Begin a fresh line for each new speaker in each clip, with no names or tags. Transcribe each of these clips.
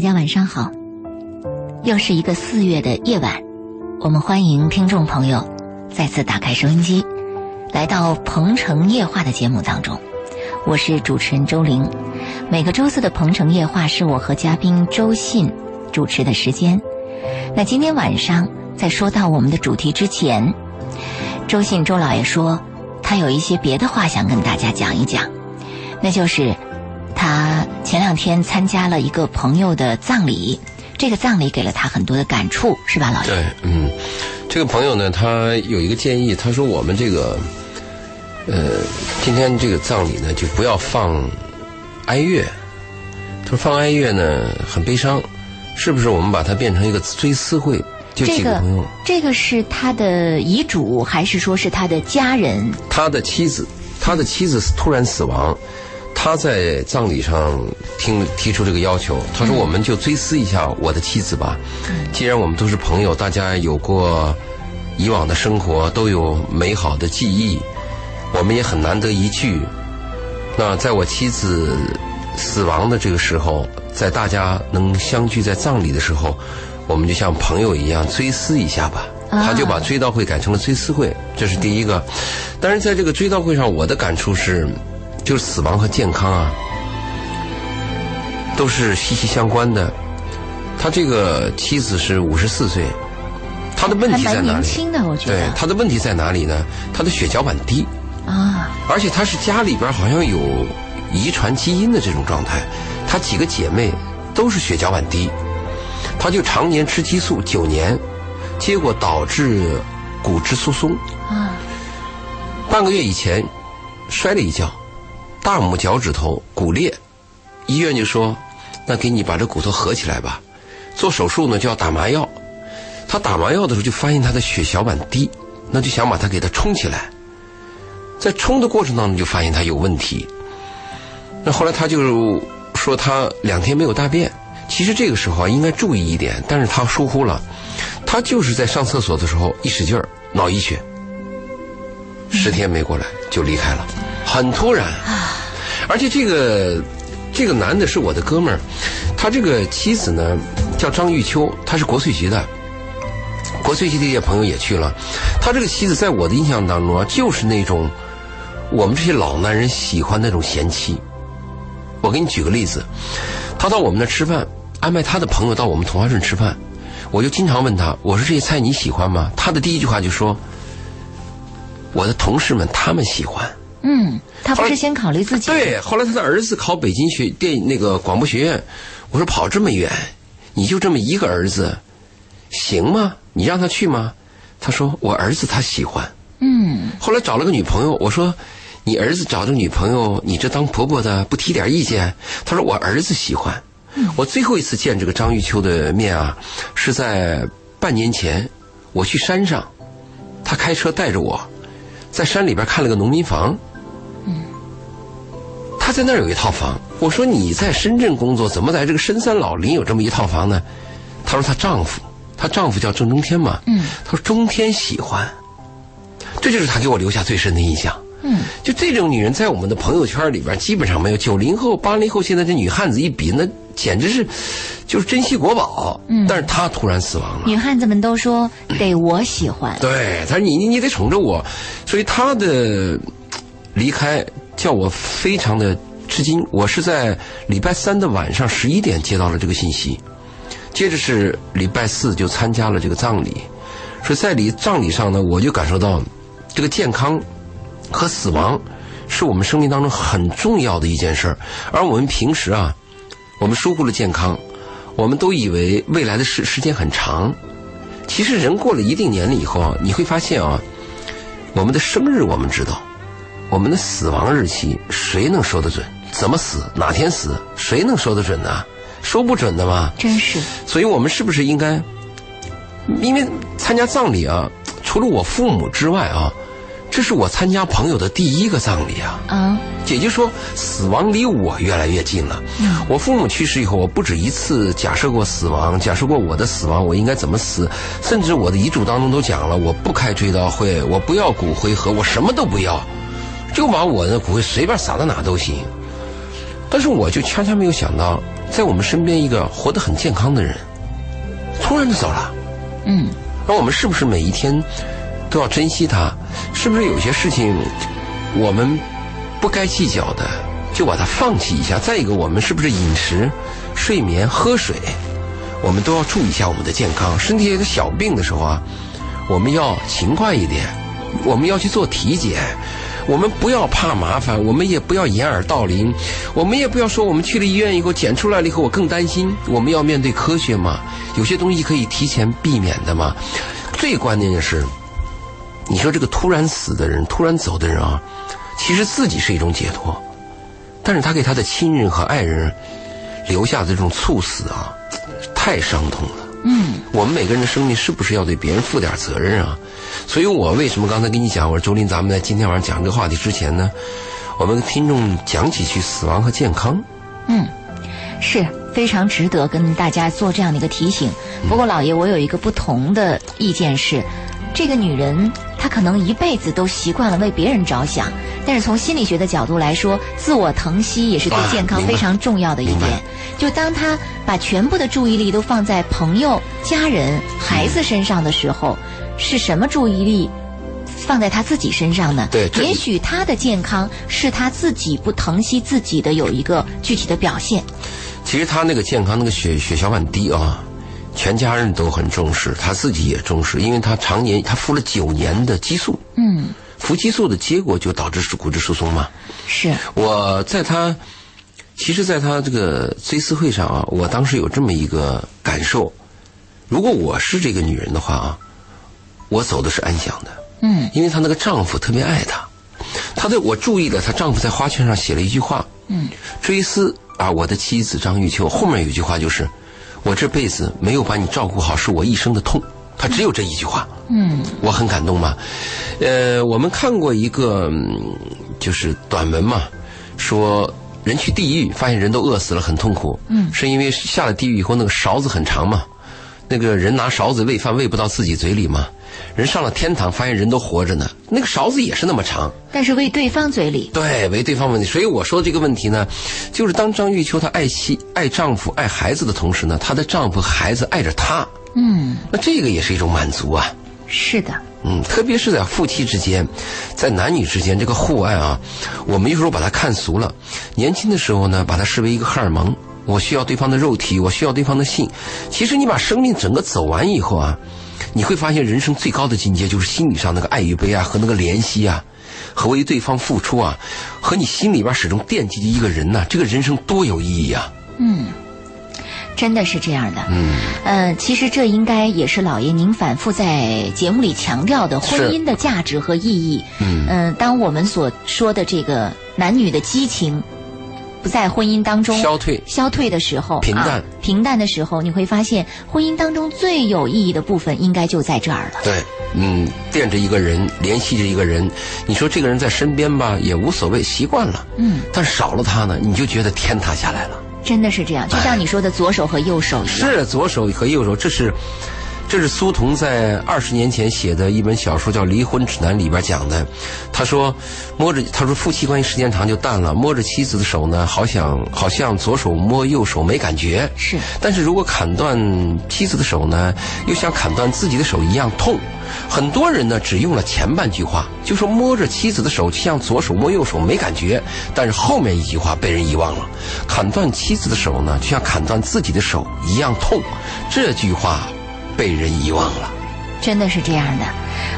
家晚上好。又是一个四月的夜晚，我们欢迎听众朋友再次打开收音机，来到《鹏城夜话》的节目当中。我是主持人周玲。每个周四的《鹏城夜话》是我和嘉宾周信主持的时间。那今天晚上在说到我们的主题之前，周信周老爷说他有一些别的话想跟大家讲一讲，那就是他前两天参加了一个朋友的葬礼，这个葬礼给了他很多的感触，是吧，老爷？
对，嗯，这个朋友呢，他有一个建议，他说我们这个，呃，今天这个葬礼呢，就不要放哀乐。他说放哀乐呢很悲伤，是不是我们把它变成一个追思会？就
这
几个
个
朋友，
这个是他的遗嘱，还是说是他的家人？
他的妻子，他的妻子突然死亡，他在葬礼上听提出这个要求，他说我们就追思一下我的妻子吧，既然我们都是朋友，大家有过以往的生活，都有美好的记忆，我们也很难得一聚。那在我妻子死亡的这个时候，在大家能相聚在葬礼的时候，我们就像朋友一样追思一下吧。
啊
他就把追悼会改成了追思会，这是第一个。但是在这个追悼会上，我的感触是，就是死亡和健康啊，都是息息相关的。他这个妻子是五十四岁，他的问
还
题在
蛮
哪
年
里？
轻的，我觉
对，
得
他的问题在哪里呢？他的血小板低。
啊，
而且她是家里边好像有遗传基因的这种状态，她几个姐妹都是血小板低，她就常年吃激素九年，结果导致骨质疏松。
啊，
半个月以前摔了一跤，大拇脚趾头骨裂，医院就说，那给你把这骨头合起来吧。做手术呢就要打麻药，他打麻药的时候就发现他的血小板低，那就想把它给它冲起来，在冲的过程当中就发现他有问题。那后来他就说他两天没有大便，其实这个时候啊应该注意一点，但是他疏忽了，他就是在上厕所的时候一使劲儿脑溢血，十天没过来就离开了，很突然。而且这个这个男的是我的哥们儿，他这个妻子呢叫张玉秋，她是国税局的。国税局的一些朋友也去了，他这个妻子在我的印象当中啊，就是那种我们这些老男人喜欢那种贤妻。我给你举个例子，他到我们那儿吃饭，安排他的朋友到我们同花顺吃饭，我就经常问他，我说这些菜你喜欢吗？他的第一句话就说，我的同事们他们喜欢。
嗯，他不是先考虑自己，
对，后来他的儿子考北京学电那个广播学院，我说跑这么远，你就这么一个儿子，行吗？你让他去吗？他说我儿子他喜欢。
嗯，
后来找了个女朋友，我说你儿子找的女朋友，你这当婆婆的不提点意见？他说我儿子喜欢。
嗯
我最后一次见这个张玉秋的面啊，是在半年前，我去山上，他开车带着我，在山里边看了个农民房。他在那儿有一套房。我说你在深圳工作，怎么在这个深山老林有这么一套房呢？她说她丈夫，她丈夫叫郑中天嘛。嗯，她说中天喜欢，这就是她给我留下最深的印象。嗯，就这种女人在我们的朋友圈里边基本上没有。九零后、八零后，现在这女汉子一比，那简直是就是珍稀国宝。嗯，但是她突然死亡了。
女汉子们都说得我喜欢，
对，他说你你你得宠着我，所以他的离开叫我非常的吃惊。我是在礼拜三的晚上十一点接到了这个信息，接着是礼拜四就参加了这个葬礼。所以在礼葬礼上呢，我就感受到这个健康和死亡是我们生命当中很重要的一件事儿。而我们平时啊，我们疏忽了健康，我们都以为未来的时时间很长。其实人过了一定年龄以后啊，你会发现啊，我们的生日我们知道，我们的死亡日期谁能说得准？怎么死？哪天死？谁能说得准呢？说不准的嘛。
真是
所以我们是不是应该，因为参加葬礼啊，除了我父母之外啊，这是我参加朋友的第一个葬礼啊。
啊，
也就是说，死亡离我越来越近了。我父母去世以后，我不止一次假设过死亡，假设过我的死亡，我应该怎么死，甚至我的遗嘱当中都讲了，我不开追悼会，我不要骨灰盒，我什么都不要，就把我的骨灰随便撒到哪都行。但是我就恰恰没有想到，在我们身边一个活得很健康的人，突然就走了。
嗯，
那我们是不是每一天都要珍惜它？是不是有些事情我们不该计较的，就把它放弃一下？再一个，我们是不是饮食、睡眠、喝水，我们都要注意一下我们的健康？身体有个小病的时候啊，我们要勤快一点，我们要去做体检。我们不要怕麻烦，我们也不要掩耳盗铃，我们也不要说我们去了医院以后检出来了以后我更担心。我们要面对科学嘛，有些东西可以提前避免的嘛。最关键的是，你说这个突然死的人、突然走的人啊，其实自己是一种解脱，但是他给他的亲人和爱人留下的这种猝死啊，太伤痛了。
嗯，
我们每个人的生命是不是要对别人负点责任啊？所以我为什么刚才跟你讲，我说周林，咱们在今天晚上讲这个话题之前呢，我们跟听众讲几句死亡和健康。
嗯，是非常值得跟大家做这样的一个提醒。不
嗯
过，老爷，我有一个不同的意见是，这个女人她可能一辈子都习惯了为别人着想，但是从心理学的角度来说，自我疼惜也是对
啊
健康
明白
非常重要的一
明白
点。就当她把全部的注意力都放在朋友、家人、孩
嗯
子身上的时候，是什么注意力？放在她自己身上呢？
对这
也许她的健康是她自己不疼惜自己的有一个具体的表现。
其实他那个健康那个血血小板低啊，全家人都很重视，他自己也重视，因为他常年他服了九年的激素，
嗯，
服激素的结果就导致是骨质疏松嘛。
是，
我在他，其实，在他这个追思会上啊，我当时有这么一个感受：如果我是这个女人的话啊，我走的是安详的，
嗯
因为她那个丈夫特别爱她。她对我注意了，她丈夫在花圈上写了一句话，
嗯，
追思啊，我的妻子张玉秋。后面有一句话就是，我这辈子没有把你照顾好，是我一生的痛。她只有这一句话，
嗯
我很感动嘛。呃，我们看过一个嗯就是短文嘛，说人去地狱，发现人都饿死了，很痛苦。嗯，是因为下了地狱以后，那个勺子很长嘛，那个人拿勺子喂饭喂不到自己嘴里嘛。人上了天堂，发现人都活着呢，那个勺子也是那么长。，
但是喂对方嘴里，
对，为对方问题。所以我说这个问题呢，就是当张玉秋她爱妻、爱丈夫、爱孩子的同时呢，她的丈夫、孩子爱着她，
嗯，
那这个也是一种满足啊。
是的，
嗯，特别是在夫妻之间，在男女之间这个互爱啊，我们有时候把它看俗了。年轻的时候呢，把它视为一个荷尔蒙，我需要对方的肉体，我需要对方的性。其实你把生命整个走完以后啊，你会发现人生最高的境界就是心理上那个爱与被啊和那个怜惜啊，和为对方付出啊，和你心里边始终惦记着一个人呐、这个人生多有意义啊！
真的是这样的。嗯，呃，其实这应该也是老爷您反复在节目里强调的婚
是
姻的价值和意义。嗯，当我们所说的这个男女的激情不在婚姻当中
消退
消退的时候，
平淡
啊、平淡的时候，你会发现婚姻当中最有意义的部分应该就在这儿了。
对，嗯，惦着一个人，联系着一个人，你说这个人在身边吧，也无所谓，习惯了。
嗯，
但少了他呢，你就觉得天塌下来了。
真的是这样，就像你说的左手和右手一样。
是啊左手和右手，这是，这是苏童在二十年前写的一本小说叫《离婚指南》里边讲的。他说，摸着他说夫妻关系时间长就淡了，摸着妻子的手呢，好想好像左手摸右手没感觉，
是
但是如果砍断妻子的手呢，又像砍断自己的手一样痛。很多人呢，只用了前半句话，就说摸着妻子的手，就像左手摸右手没感觉，但是后面一句话被人遗忘了，砍断妻子的手呢，就像砍断自己的手一样痛。这句话被人遗忘了。
真的是这样的。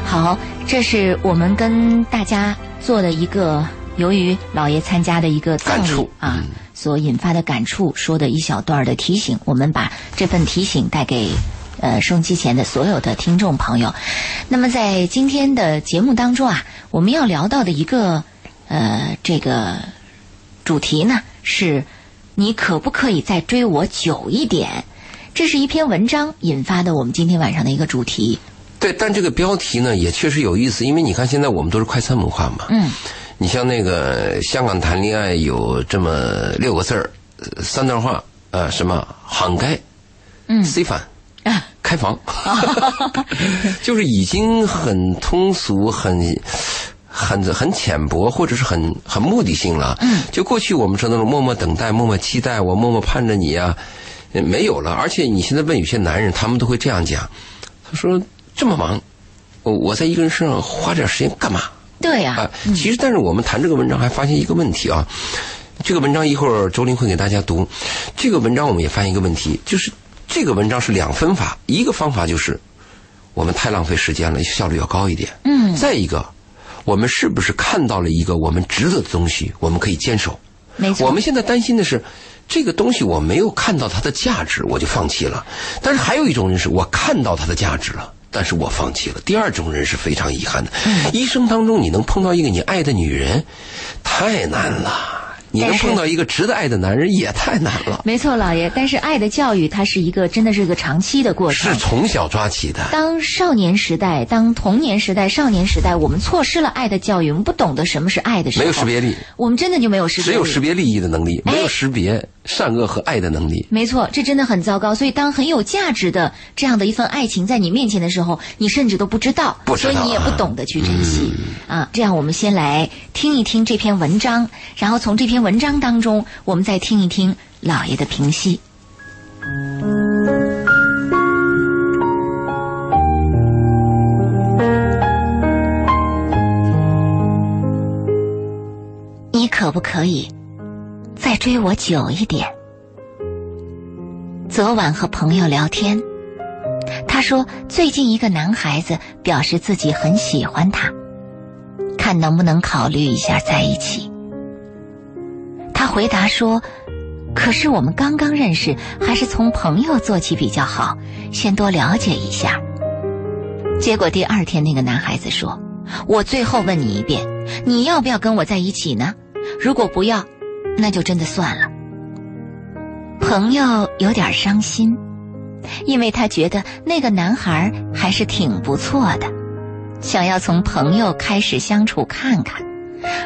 好，这是我们跟大家做的一个，由于老爷参加的一个葬
感
礼
触嗯
啊。所引发的感触，说的一小段儿的提醒，我们把这份提醒带给呃收音机前的所有的听众朋友。那么在今天的节目当中啊，我们要聊到的一个呃这个主题呢是，你可不可以再追我久一点？这是一篇文章引发的我们今天晚上的一个主题。
对，但这个标题呢也确实有意思，因为你看现在我们都是快餐文化嘛。
嗯，
你像那个香港谈恋爱有这么六个字儿，呃三段话，呃，什么杭该，
嗯
，C 反，开房，就是已经很通俗，很很很浅薄，或者是很很目的性了。嗯，就过去我们说那种默默等待、默默期待，我默默盼着你啊，呃没有了。而且你现在问有些男人，他们都会这样讲，他说这么忙，我我在一个人身上花点时间干嘛？
对呀、
啊，其实但是我们谈这个文章还发现一个问题啊，这个文章一会儿周林会给大家读。这个文章我们也发现一个问题，就是这个文章是两分法，一个方法就是我们太浪费时间了，效率要高一点。嗯，再一个，我们是不是看到了一个我们值得的东西，我们可以坚守？
没错。
我们现在担心的是，这个东西我没有看到它的价值，我就放弃了。但是还有一种人是我看到它的价值了，但是我放弃了。第二种人是非常遗憾的，
嗯
一生当中你能碰到一个你爱的女人，太难了；你能
但是
碰到一个值得爱的男人，也太难了。
没错，老爷。但是爱的教育，它是一个真的是一个长期的过程
是。从小抓起的，
当少年时代，当童年时代、少年时代，我们错失了爱的教育，我们不懂得什么是爱的时候，
没有识别力，
我们真的就没有识别
只
力，
有识别利益的能力，
哎
没有识别善恶和爱的能力。
没错，这真的很糟糕。所以，当很有价值的这样的一份爱情在你面前的时候，你甚至都不知道，
不知道嗯
所以你也不懂得去珍惜、啊。这样，我们先来听一听这篇文章，然后从这篇文章当中，我们再听一听老爷的评析。你可不可以再追我久一点？昨晚和朋友聊天，他说最近一个男孩子表示自己很喜欢他，看能不能考虑一下在一起。他回答说：“可是我们刚刚认识，还是从朋友做起比较好，先多了解一下。”结果第二天，那个男孩子说：“我最后问你一遍，你要不要跟我在一起呢？如果不要，那就真的算了。”朋友有点伤心，因为他觉得那个男孩还是挺不错的，想要从朋友开始相处看看，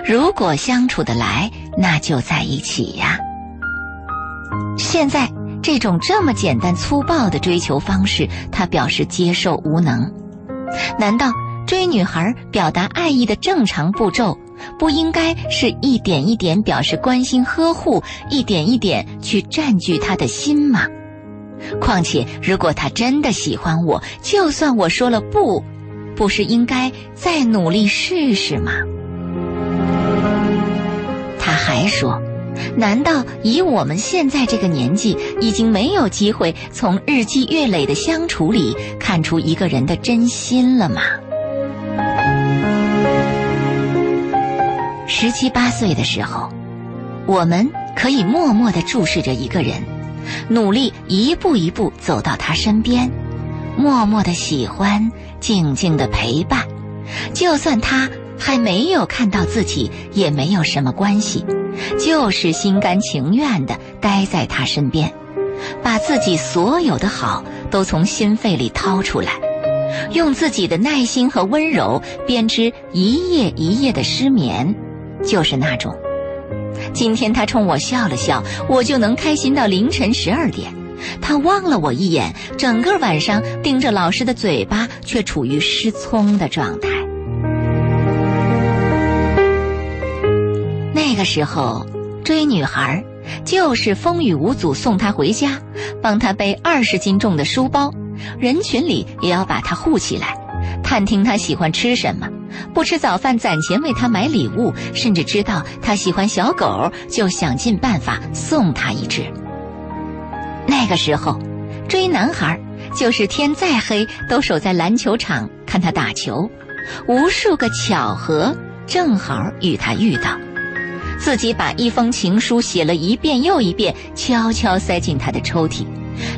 如果相处得来，那就在一起呀。现在这种这么简单粗暴的追求方式，他表示接受无能。难道追女孩表达爱意的正常步骤，不应该是一点一点表示关心呵护，一点一点去占据她的心吗？况且，如果他真的喜欢我，就算我说了不，不是应该再努力试试吗？他还说。难道以我们现在这个年纪，已经没有机会从日积月累的相处里看出一个人的真心了吗？十七八岁的时候，我们可以默默地注视着一个人，努力一步一步走到他身边，默默地喜欢，静静地陪伴，就算他还没有看到自己，也没有什么关系。就是心甘情愿的待在他身边，把自己所有的好都从心肺里掏出来，用自己的耐心和温柔编织一夜一夜的失眠，就是那种。今天他冲我笑了笑，我就能开心到凌晨十二点。他望了我一眼，整个晚上盯着老师的嘴巴，却处于失聪的状态。那个时候追女孩，就是风雨无阻送她回家，帮她背二十斤重的书包，人群里也要把她护起来，探听她喜欢吃什么，不吃早饭攒钱为她买礼物，甚至知道她喜欢小狗，就想尽办法送她一只。那个时候，追男孩就是天再黑都守在篮球场看他打球，无数个巧合正好与他遇到。自己把一封情书写了一遍又一遍，悄悄塞进他的抽屉，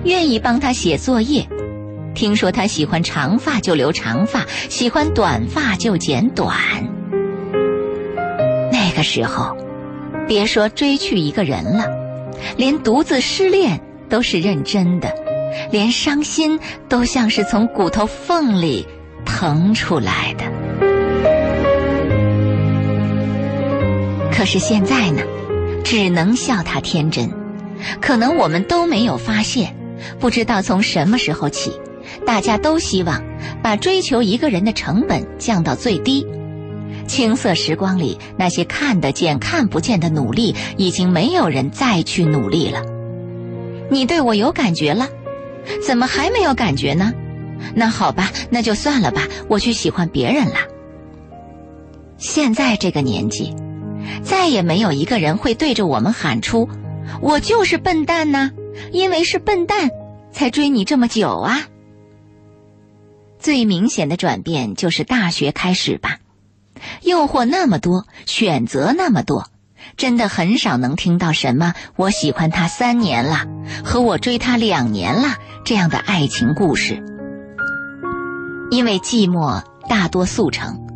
愿意帮他写作业。听说他喜欢长发就留长发，喜欢短发就剪短。那个时候，别说追去一个人了，连独自失恋都是认真的，连伤心都像是从骨头缝里腾出来的。可是现在呢，只能笑他天真。可能我们都没有发现，不知道从什么时候起，大家都希望把追求一个人的成本降到最低。青涩时光里，那些看得见、看不见的努力，已经没有人再去努力了。你对我有感觉了，怎么还没有感觉呢？那好吧，那就算了吧，我去喜欢别人了。现在这个年纪，再也没有一个人会对着我们喊出：“我就是笨蛋呐、因为是笨蛋，才追你这么久啊。”最明显的转变就是大学开始吧，诱惑那么多，选择那么多，真的很少能听到什么“我喜欢他三年了”和“我追他两年了”这样的爱情故事。因为寂寞大多速成，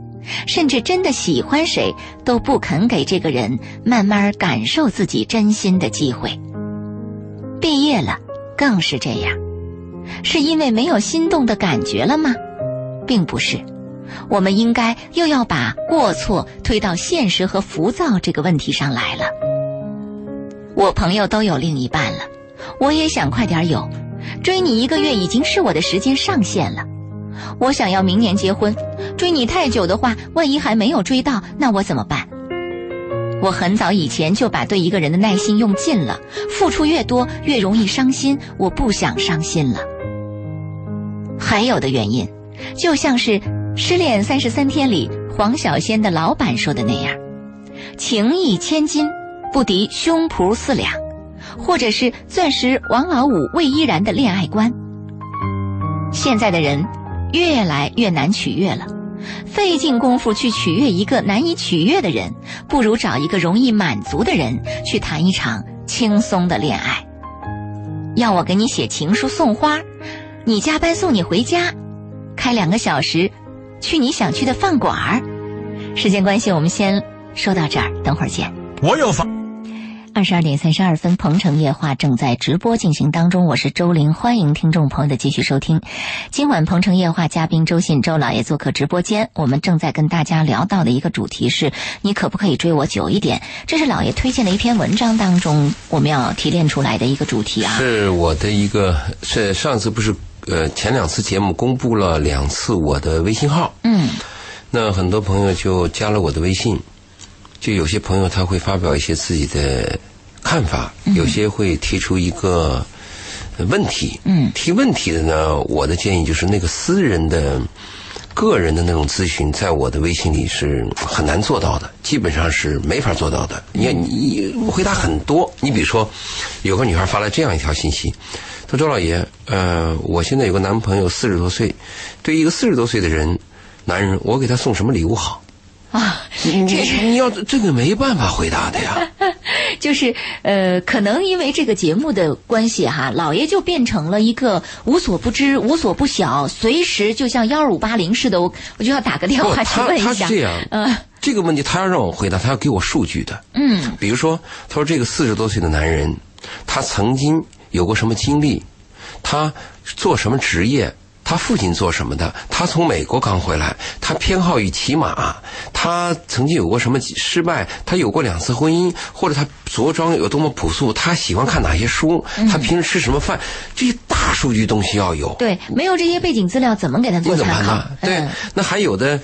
甚至真的喜欢谁都不肯给这个人慢慢感受自己真心的机会。毕业了更是这样，是因为没有心动的感觉了吗？并不是，我们应该又要把过错推到现实和浮躁这个问题上来了。我朋友都有另一半了，我也想快点有，追你一个月已经是我的时间上限了。我想要明年结婚，追你太久的话，万一还没有追到，那我怎么办？我很早以前就把对一个人的耐心用尽了，付出越多越容易伤心，我不想伤心了。还有的原因，就像是《失恋三十三天》里黄小仙的老板说的那样：“情义千金，不敌胸脯四两。”或者是钻石王老五魏依然的恋爱观。现在的人越来越难取悦了，费尽功夫去取悦一个难以取悦的人，不如找一个容易满足的人去谈一场轻松的恋爱。要我给你写情书送花，你加班送你回家，开两个小时，去你想去的饭馆儿。时间关系，我们先说到这儿，等会儿见。
我有房。
二十二点三十二分，鹏城夜话正在直播进行当中，我是周玲，欢迎听众朋友的继续收听。今晚鹏城夜话嘉宾周信周老爷做客直播间，我们正在跟大家聊到的一个主题是：你可不可以追我久一点？这是老爷推荐的一篇文章当中我们要提炼出来的一个主题啊。
是我的一个是上次不是呃前两次节目公布了两次我的微信号，
嗯，
那很多朋友就加了我的微信，就有些朋友他会发表一些自己的看法，
嗯
有些会提出一个呃问题，
嗯，
提问题的呢，我的建议就是那个私人的。个人的那种咨询，在我的微信里是很难做到的，基本上是没法做到的。你看，你你回答很多，你比如说，有个女孩发来这样一条信息，她说：“周老爷，呃，我现在有个男朋友四十多岁，对于一个四十多岁的人，男人，我给他送什么礼物好？”
啊，
你你你要这个没办法回答的 呀，
就是呃，可能因为这个节目的关系哈，老爷就变成了一个无所不知、无所不晓，随时就像幺二五八零似的，我我就要打个电
不，
话去
他
问
他
一
是
下。
这样，
嗯
这个问题他要让我回答，他要给我数据的。
嗯
比如说，他说这个四十多岁的男人，他曾经有过什么经历，他做什么职业，他父亲做什么的，他从美国刚回来，他偏好于骑马，他曾经有过什么失败，他有过两次婚姻，或者他着装有多么朴素，他喜欢看哪些书，他平时吃什么饭，这些大数据东西要有。
对，没有这些背景资料，怎么给他
你
做
怎么
参
办
考
呢？？啊对，
嗯
那还有的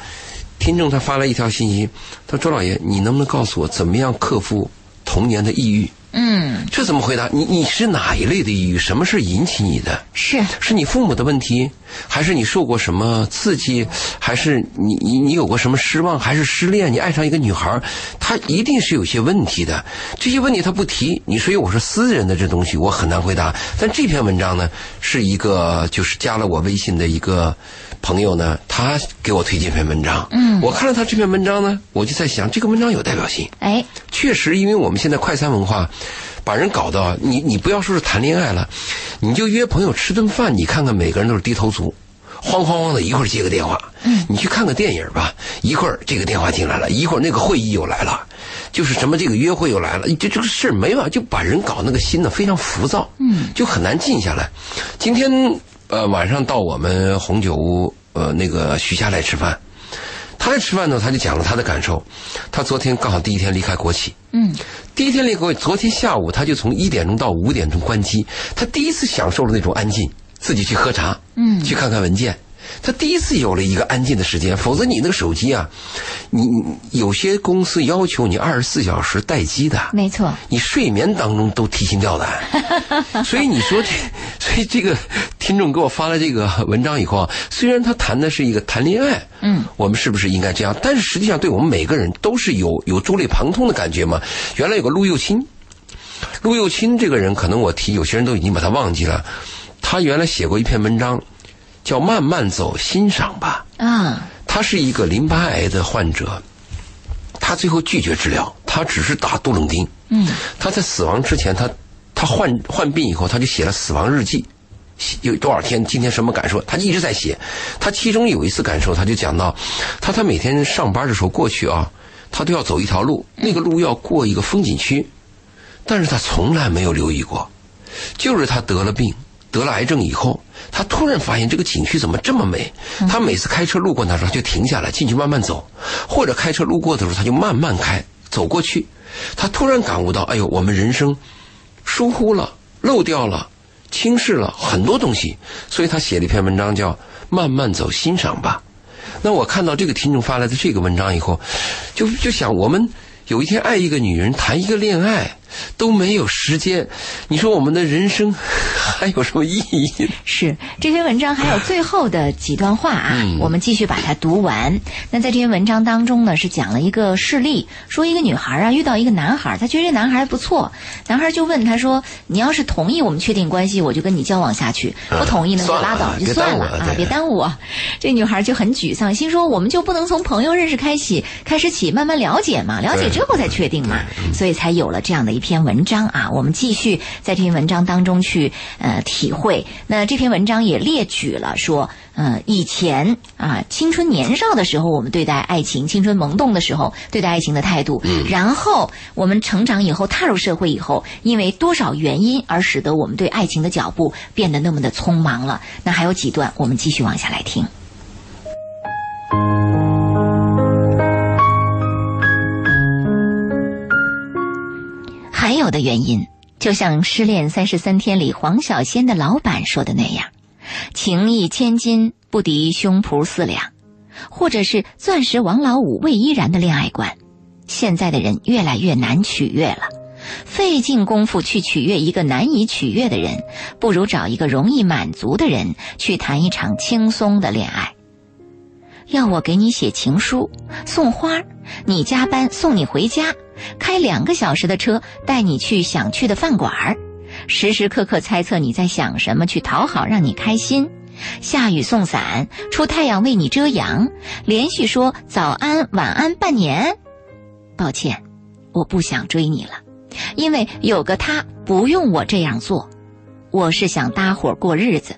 听众他发了一条信息，他说：“周老爷，你能不能告诉我怎么样克服童年的抑郁？”
嗯，
这怎么回答？你你是哪一类的抑郁？什么是引起你的？
是
是你父母的问题，还是你受过什么刺激，还是你你你有过什么失望，还是失恋？你爱上一个女孩儿，她一定是有些问题的。这些问题她不提，你所以我说私人的这东西我很难回答。但这篇文章呢，是一个就是加了我微信的一个朋友呢，他给我推荐一篇文章。嗯，我看了他这篇文章呢，我就在想这个文章有代表性。
哎，
确实，因为我们现在快餐文化，把人搞到你你不要说是谈恋爱了，你就约朋友吃顿饭，你看看每个人都是低头族，慌慌慌的，一会儿接个电话，嗯，你去看个电影吧，一会儿这个电话进来了，一会儿那个会议又来了，就是什么这个约会又来了，这这个事儿没完，就把人搞那个心呢非常浮躁，嗯，就很难静下来。今天呃晚上到我们红酒屋呃那个徐家来吃饭。他在吃饭呢，他就讲了他的感受。他昨天刚好第一天离开国企，
嗯，
第一天离开，昨天下午他就从一点钟到五点钟关机，他第一次享受了那种安静，自己去喝茶，嗯，去看看文件，他第一次有了一个安静的时间，否则你那个手机啊，你你有些公司要求你二十四小时待机的，
没错，
你睡眠当中都提心吊胆，所以你说这，所以这个听众给我发了这个文章以后啊，虽然他谈的是一个谈恋爱，
嗯，
我们是不是应该这样？但是实际上对我们每个人都是有有触类旁通的感觉嘛。原来有个陆幼卿，陆幼卿这个人，可能我提有些人都已经把他忘记了，他原来写过一篇文章，叫《慢慢走，欣赏吧》。
啊，
他是一个淋巴癌的患者，他最后拒绝治疗，他只是打杜冷丁。
嗯，
他在死亡之前，他他患患病以后，他就写了死亡日记，写有多少天，今天什么感受，他一直在写。他其中有一次感受，他就讲到，他他每天上班的时候过去啊，他都要走一条路，那个路要过一个风景区，但是他从来没有留意过，就是他得了病，得了癌症以后，他突然发现这个景区怎么这么美。他每次开车路过那时候就停下来进去慢慢走，或者开车路过的时候他就慢慢开走过去。他突然感悟到，哎呦，我们人生疏忽了、漏掉了、轻视了很多东西，所以他写了一篇文章叫《慢慢走，欣赏吧》。那我看到这个听众发来的这个文章以后，就就想我们有一天爱一个女人，谈一个恋爱都没有时间，你说我们的人生还有什么意义？
是这篇文章还有最后的几段话啊，
嗯
我们继续把它读完。那在这篇文章当中呢，是讲了一个事例，说一个女孩啊遇到一个男孩，她觉得这男孩不错，男孩就问她说：“你要是同意我们确定关系，我就跟你交往下去；不同意呢，就
算了
拉倒，
啊
就
别
啊算
耽误
了
了
啊，
对
别耽误我。”这女孩就很沮丧，心说：“我们就不能从朋友认识开始开始起，慢慢了解嘛，了解之后才确定嘛。”所以才有了这样的一篇文章啊。我们继续在这篇文章当中去呃体会。那这篇文章也列举了说，呃，以前啊青春年少的时候，我们对待爱情，青春萌动的时候对待爱情的态度，然后我们成长以后踏入社会以后，因为多少原因而使得我们对爱情的脚步变得那么的匆忙了。那还有几段，我们继续往下来听。还有的原因，就像《失恋三十三天》里黄小仙的老板说的那样：“情义千金不敌胸脯四两”，或者是“钻石王老五魏依然”的恋爱观。现在的人越来越难取悦了，费尽功夫去取悦一个难以取悦的人，不如找一个容易满足的人去谈一场轻松的恋爱。要我给你写情书、送花儿，你加班送你回家，开两个小时的车带你去想去的饭馆儿，时时刻刻猜测你在想什么，去讨好让你开心。下雨送伞，出太阳为你遮阳，连续说早安、晚安半年。抱歉，我不想追你了，因为有个他不用我这样做。我是想搭伙过日子，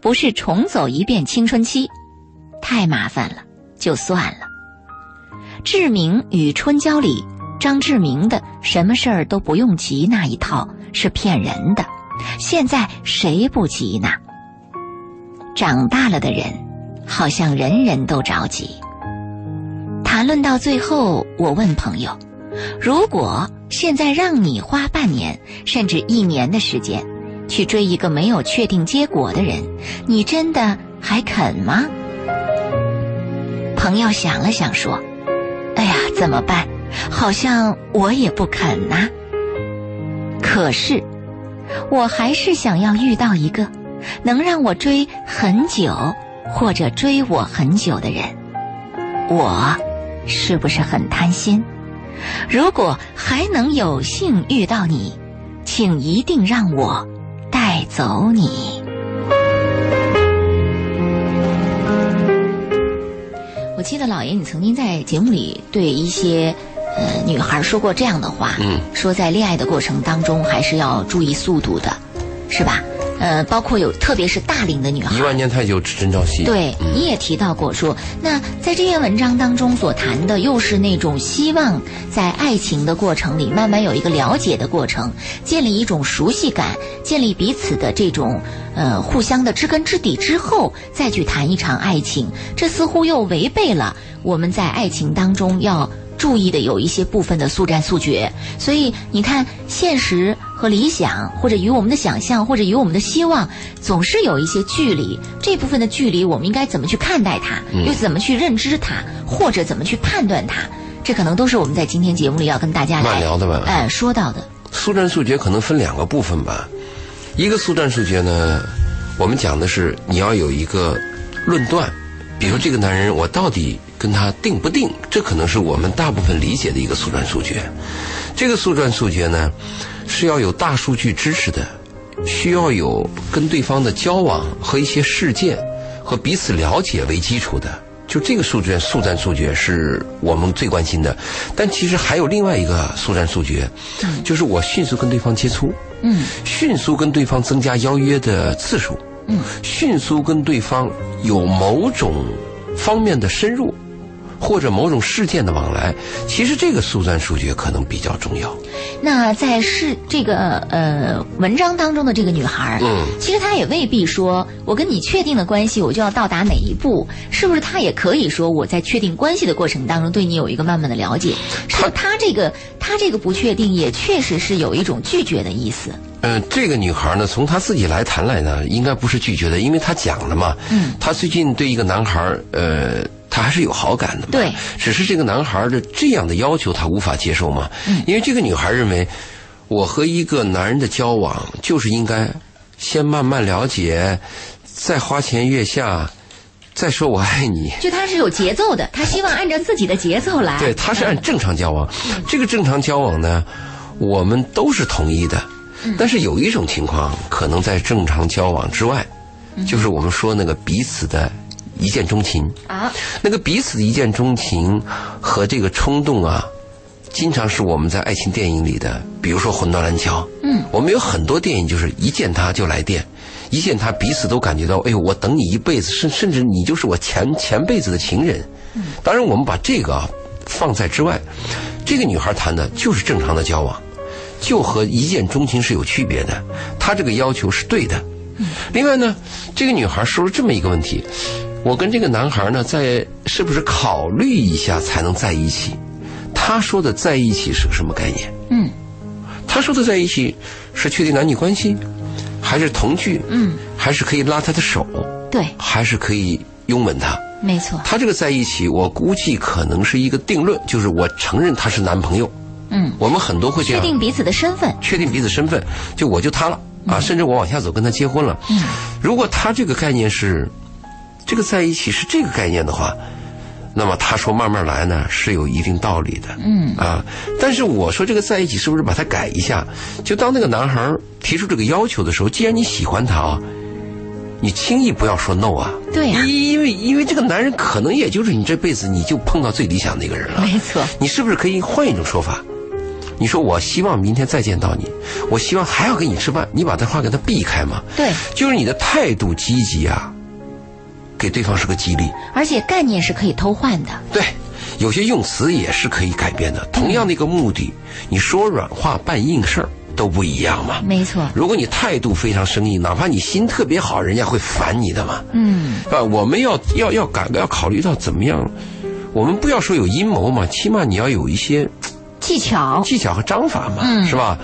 不是重走一遍青春期。太麻烦了，就算了。《志明与春娇》里，张志明的“什么事儿都不用急”那一套是骗人的。现在谁不急呢？长大了的人，好像人人都着急。谈论到最后，我问朋友：“如果现在让你花半年甚至一年的时间，去追一个没有确定结果的人，你真的还肯吗？”朋友想了想说：“哎呀，怎么办？好像我也不肯呐、可是，我还是想要遇到一个能让我追很久，或者追我很久的人。我是不是很贪心？如果还能有幸遇到你，请一定让我带走你。”我记得老爷，你曾经在节目里对一些呃女孩说过这样的话，
嗯，
说在恋爱的过程当中还是要注意速度的，是吧？呃，包括有特别是大龄的女孩
一，万年太久，只争朝夕。
对，
嗯
你也提到过说，那在这篇文章当中所谈的又是那种希望在爱情的过程里慢慢有一个了解的过程，建立一种熟悉感，建立彼此的这种呃互相的知根知底之后，再去谈一场爱情，这似乎又违背了呃我们在爱情当中要注意的有一些部分的速战速决。所以你看，现实和理想，或者与我们的想象，或者与我们的希望，总是有一些距离。这部分的距离，我们应该怎么去看待它，
嗯
又怎么去认知它，或者怎么去判断它？这可能都是我们在今天节目里要跟大家
慢
来
聊的吧。
哎说到的。
速战速决可能分两个部分吧，一个速战速决呢，我们讲的是你要有一个论断，比如说这个男人我到底跟他定不定，这可能是我们大部分理解的一个速战速决。这个速战速决呢，是要有大数据支持的，需要有跟对方的交往和一些事件和彼此了解为基础的。就这个速决，速战速决是我们最关心的，但其实还有另外一个速战速决，就是我迅速跟对方接触，
嗯，
迅速跟对方增加邀约的次数，嗯，迅速跟对方有某种方面的深入，或者某种事件的往来，其实这个速战速决可能比较重要。
那在是这个呃文章当中的这个女孩，
嗯，
其实她也未必说我跟你确定的关系，我就要到达哪一步，是不是？她也可以说我在确定关系的过程当中对你有一个慢慢的了解，是她这个她这个不确定也确实是有一种拒绝的意思，
呃，这个女孩呢，从她自己来谈来呢，应该不是拒绝的，因为她讲了嘛，
嗯，
她最近对一个男孩儿，呃，她还是有好感的嘛，
对，
只是这个男孩儿的这样的要求她无法接受嘛，嗯，因为这个女孩认为，我和一个男人的交往就是应该先慢慢了解，再花前月下，再说我爱你，
就她是有节奏的，她希望按照自己的节奏来，
对，他是按正常交往。这个正常交往呢，我们都是同意的，但是有一种情况可能在正常交往之外，就是我们说那个彼此的一见钟情。
啊，
那个彼此的一见钟情和这个冲动啊，经常是我们在爱情电影里的，比如说《魂断蓝桥》。
嗯，
我们有很多电影就是一见他就来电，一见他彼此都感觉到，哎呦，我等你一辈子，甚甚至你就是我前前辈子的情人。嗯，当然我们把这个啊放在之外，这个女孩谈的就是正常的交往，就和一见钟情是有区别的，她这个要求是对的。另外呢，这个女孩说了这么一个问题：我跟这个男孩呢，在是不是考虑一下才能在一起？她说的在一起是个什么概念？
嗯，
她说的在一起是确定男女关系，还是同居？
嗯，
还是可以拉她的手，
对，
还是可以拥吻她？
没错，
她这个在一起，我估计可能是一个定论，就是我承认他是男朋友。
嗯，
我们很多会这
确
样。
定彼此的身份，
确定彼此身份，就我就他了啊，
嗯
甚至我往下走跟他结婚了。如果他这个概念是这个在一起是这个概念的话，那么他说慢慢来呢是有一定道理的。嗯啊，但是我说这个在一起是不是把它改一下？就当那个男孩提出这个要求的时候，既然你喜欢他啊。你轻易不要说 no 啊！
对呀
因为因为这个男人可能也就是你这辈子你就碰到最理想的一个人了。
没错，
你是不是可以换一种说法？你说我希望明天再见到你，我希望还要跟你吃饭，你把这话给他避开嘛。
对，
就是你的态度积极啊，给对方是个激励。
而且概念是可以偷换的，
对，有些用词也是可以改变的。同样的一个目的，你说软话办硬事儿都不一样嘛。
没错，
如果你态度非常生硬，哪怕你心特别好，人家会烦你的嘛。
嗯，
啊，我们要要要感要考虑到怎么样，我们不要说有阴谋嘛，起码你要有一些。
技巧，
技巧和章法嘛，
嗯
是吧？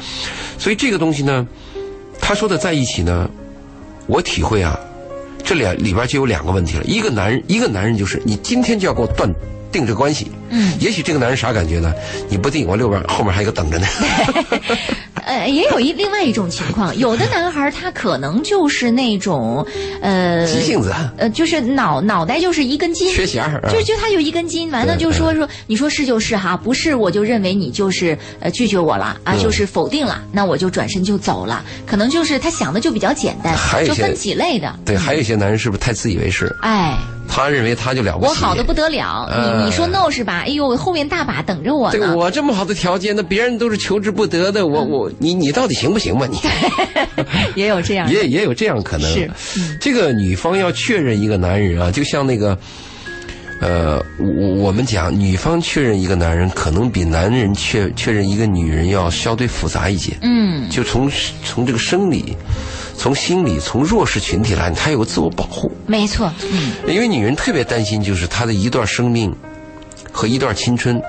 所以这个东西呢，他说的在一起呢，我体会啊，这两里边就有两个问题了。一个男人，一个男人就是你今天就要给我断定这个关系。
嗯，
也许这个男人啥感觉呢？你不定，我六边后面还有一个等着呢。
呃，也有一另外一种情况，有的男孩儿他可能就是那种，呃，
急性子，
呃，就是脑脑袋就是一根筋，
缺弦儿。啊
就就他有一根筋，完了
对
就说说你说是就是哈，不是我就认为你就是呃拒绝我了啊，
嗯
就是否定了，那我就转身就走了，可能就是他想的就比较简单
还，有一
就
些
分几类的，
对，还有一些男人是不是太自以为是？
哎。
他认为他就了不
我
起。
好的不得了，你你说
嗯
no 是吧？哎呦，后面大把等着我
对
呢。
我这么好的条件，那别人都是求之不得的，我我你你到底行不行吧你？
也有这样的，
也也有这样可能。
啊是嗯
这个女方要确认一个男人啊，就像那个，呃，我我们讲女方确认一个男人，可能比男人确确认一个女人要相对复杂一些。
嗯，
就从从这个生理、从心理、从弱势群体来，她有个自我保护，
没错，嗯，
因为女人特别担心，就是她的一段生命和一段青春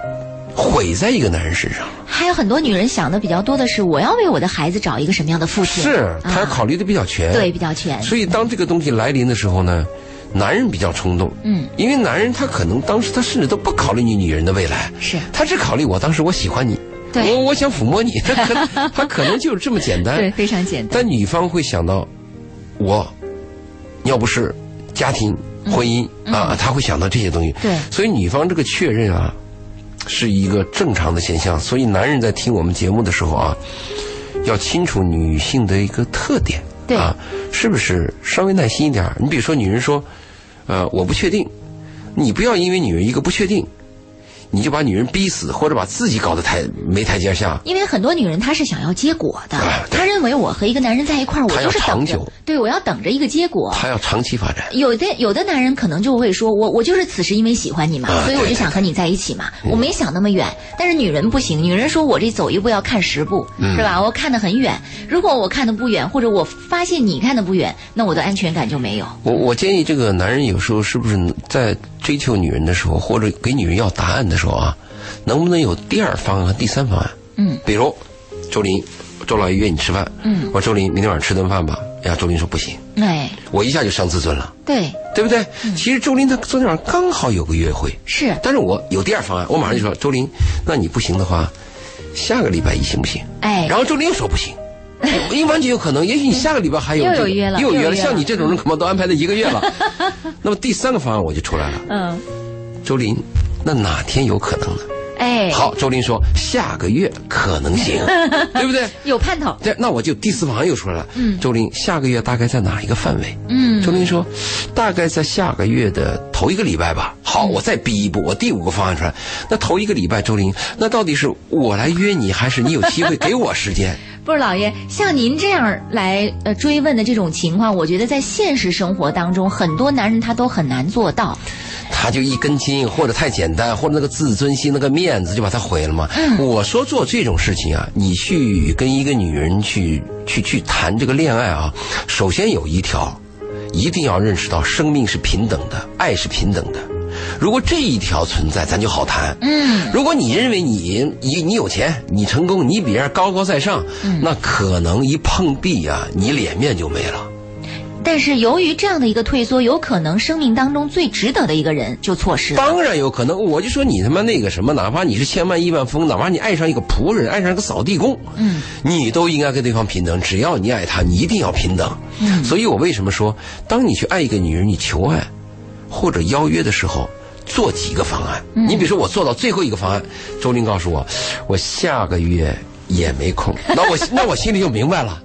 毁在一个男人身上。
还有很多女人想的比较多的是，我要为我的孩子找一个什么样的父亲？
是，他要
啊
考虑的比较全。
对比较全，
所以当这个东西来临的时候呢，男人比较冲动，
嗯，
因为男人他可能当时他甚至都不考虑你女人的未来，
是
他只考虑我当时我喜欢你，
对
我我想抚摸你， 他可他可能就是这么简单。
对，非常简单。
但女方会想到我，要不是家庭、婚姻、啊，她会想到这些东西。
嗯对
所以女方这个确认啊，是一个正常的现象。所以男人在听我们节目的时候啊，要清楚女性的一个特点。
对
啊，是不是稍微耐心一点儿？你比如说，女人说，呃，我不确定，你不要因为女人一个不确定，你就把女人逼死，或者把自己搞得台没台阶下。
因为很多女人她是想要结果的
啊，对
她认为我和一个男人在一块儿，我
她要
就是等
长
着
久，
对我要等着一个结果。
她要长期发展。
有的有的男人可能就会说，我我就是此时因为喜欢你嘛，
啊
所以我就想和你在一起嘛，
嗯
我没想那么远。但是女人不行，女人说我这走一步要看十步，
嗯
是吧？我看得很远，如果我看得不远，或者我发现你看得不远，那我的安全感就没有。
我我建议这个男人有时候是不是在追求女人的时候，或者给女人要答案的时候啊，能不能有第二方案和第三方案？
嗯，
比如周林，周老爷约你吃饭，
嗯，
我说周林明天晚上吃顿饭吧，哎呀，周林说不行，
哎，
我一下就伤自尊了，
对，
对不对？其实周林他昨天晚上刚好有个约会，
嗯是
但是我有第二方案，我马上就说周林，那你不行的话，下个礼拜一行不行？
哎
然后周林又说不行。 因为完全有可能，也许你下个礼拜还有
又有
这个
约了
又
又
有
有
约了。
约
像
了
你这种人，恐怕都安排了一个月了。 那么第三个方案我就出来了，
嗯，
周林，那哪天有可能呢？
哎，
嗯好，周林说下个月可能 行，对不对？
有盼头，
对，那我就第四方案又出来了。嗯，周林下个月大概在哪一个范围？
嗯，
周林说，大概在下个月的头一个礼拜吧。好，
嗯
我再逼一步，我第五个方案出来。那头一个礼拜，周林，那到底是我来约你，还是你有机会给我时间？
不是老爷，像您这样来呃追问的这种情况，我觉得在现实生活当中，很多男人他都很难做到。
他就一根筋，或者太简单，或者那个自尊心、那个面子就把他毁了嘛。我说做这种事情啊，你去跟一个女人去去去谈这个恋爱啊，首先有一条，一定要认识到生命是平等的，爱是平等的。如果这一条存在，咱就好谈。
嗯，
如果你认为你你你有钱，你成功，你比人家高高在上，那可能一碰壁啊，你脸面就没了。
但是由于这样的一个退缩，有可能生命当中最值得的一个人就错失了。
当然有可能，我就说你他妈那个什么，哪怕你是千万亿万富翁，哪怕你爱上一个仆人，爱上一个扫地工，
嗯，
你都应该跟对方平等。只要你爱他，你一定要平等。嗯，所以我为什么说，当你去爱一个女人，你求爱或者邀约的时候。做几个方案，
嗯
你比如说我做到最后一个方案，周玲告诉我，我下个月也没空，那我那我心里就明白了，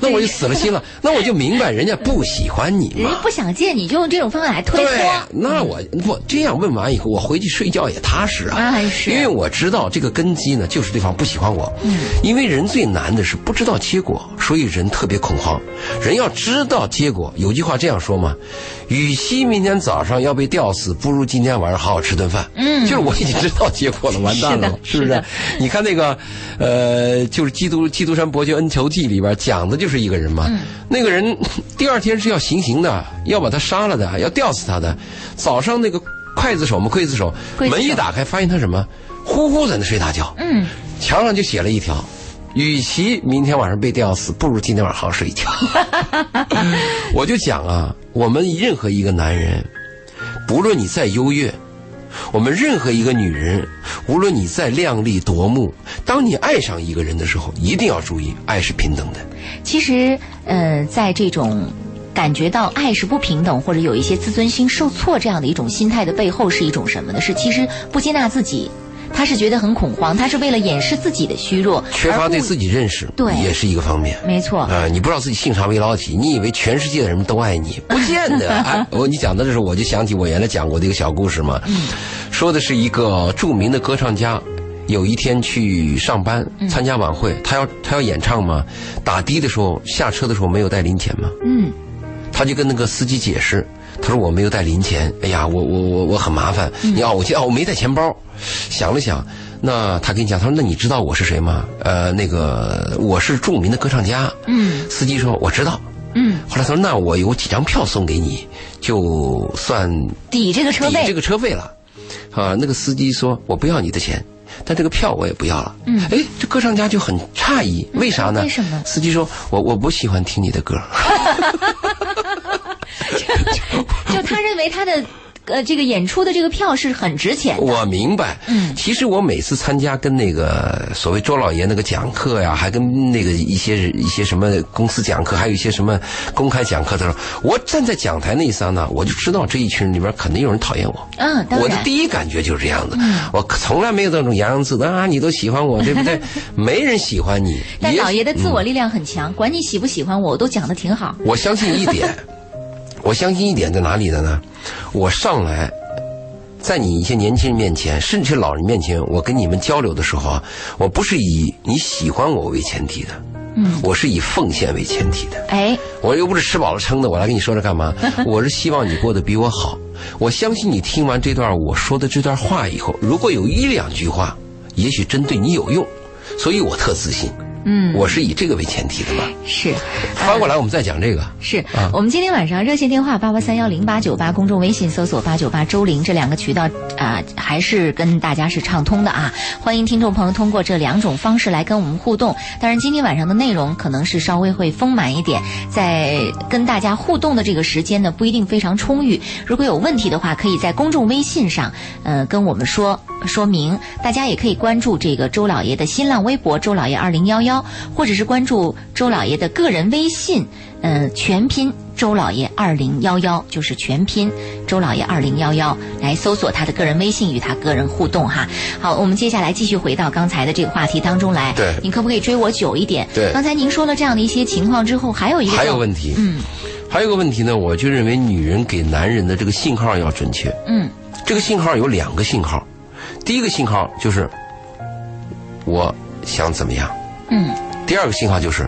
那我就死了心了，那我就明白人家不喜欢你
人
嘛
家，不想见你，就用这种方法来推
对
脱。，嗯
那我不这样问完以后，我回去睡觉也踏实啊，
啊是
因为我知道这个根基呢，就是对方不喜欢我。嗯，因为人最难的是不知道结果，所以人特别恐慌。人要知道结果，有句话这样说嘛：，与其明天早上要被吊死，不如今天晚上好好吃顿饭。嗯，就是我已经知道结果了，完蛋
是
了，
的
不
是
是
的？
你看那个，呃，就是基督《基督山伯爵恩仇记》里边讲的就是一个人嘛。
嗯
那个人第二天是要行刑的，要把他杀了的，要吊死他的。早上那个刽子手嘛，刽子手
刽子手
门一打开，发现他什么，呼呼在那睡大觉。
嗯，
墙上就写了一条：与其明天晚上被吊死，不如今天晚上好好睡 一觉。我就讲啊，我们任何一个男人，不论你再优越，我们任何一个女人，无论你再靓丽夺目，当你爱上一个人的时候，一定要注意，爱是平等的。
其实，呃，在这种感觉到爱是不平等，或者有一些自尊心受挫这样的一种心态的背后，是一种什么呢？是其实不接纳自己，他是觉得很恐慌，他是为了掩饰自己的虚弱，
缺乏
而故
对
意
自己认识，
对哦
也是一个方面。
没错，
啊、你不知道自己姓啥为老几，你以为全世界的人都爱你，不见得。哎，我你讲到这时候，我就想起我原来讲过的一个小故事嘛，说的是一个著名的歌唱家，有一天去上班参加晚会，他要他要演唱嘛，打的的时候下车的时候没有带零钱嘛，
嗯，
他就跟那个司机解释，他说我没有带零钱，哎呀，我我我我很麻烦，
嗯
你啊，我记得啊，我没带钱包，想了想。那他跟你讲，他说：“那你知道我是谁吗？呃，那个我是著名的歌唱家。
嗯
司机说：“我知道。”
嗯，
后来他说：“那我有几张票送给你，就算
抵这个车
抵
位，
这个车费了。”啊，那个司机说：“我不要你的钱。”但这个票我也不要了。嗯，哎，这歌唱家就很诧异，为啥呢？
嗯为什么
司机说：“我我不喜欢听你的歌。
就他认为他的呃这个演出的这个票是很值”钱的。
我明白。嗯，其实我每次参加跟那个所谓周老爷那个讲课呀，还跟那个一些一些什么公司讲课，还有一些什么公开讲课的时候，我站在讲台那一刹那，我就知道这一群人里边肯定有人讨厌我。
嗯，当
我的
然。嗯
第一感觉就是这样的，我从来没有那种洋洋自得啊，你都喜欢我，对不 对？没人喜欢你。
但
也
老爷的自
嗯
我力量很强，管你喜不喜欢我，我都讲的挺好。
我相信一 点，我相信一点在哪里的呢？我上来，在你一些年轻人面前，甚至老人面前，我跟你们交流的时候啊，我不是以你喜欢我为前提的，嗯，我是以奉献为前提的。
哎，
我又不是吃饱了撑的，我来跟你说这干 嘛？我是希望你过得比我好。我相信你听完这段我说的这段话以后，如果有一两句话，也许真对你有用，所以我特自信。嗯，哎我是以这个为前提的嘛。
是。
翻过来，我们再讲这个。
是我们今天晚上热线电话八八三幺零八九八，公众微信搜索八九八周玲这两个渠道啊、还是跟大家是畅通的啊。欢迎听众朋友通过这两种方式来跟我们互动。当然，今天晚上的内容可能是稍微会丰满一点，在跟大家互动的这个时间呢，不一定非常充裕。如果有问题的话，可以在公众微信上，呃，跟我们说说明。大家也可以关注这个周老爷的新浪微博“周老爷二零幺幺”，或者是关注周老爷的个人微信。呃，全拼周老爷二零幺幺，就是全拼周老爷二零幺幺，来搜索他的个人微信与他个人互动哈。好，我们接下来继续回到刚才的这个话题当中来。
对
您可不可以追我久一点？
对
刚才您说了这样的一些情况之后，还有一个
还有
叫
问题，嗯，还有个问题呢，我就认为女人给男人的这个信号要准确。
嗯
这个信号有两个信号，第一个信号就是我想怎么样，
嗯。
第二个信号就是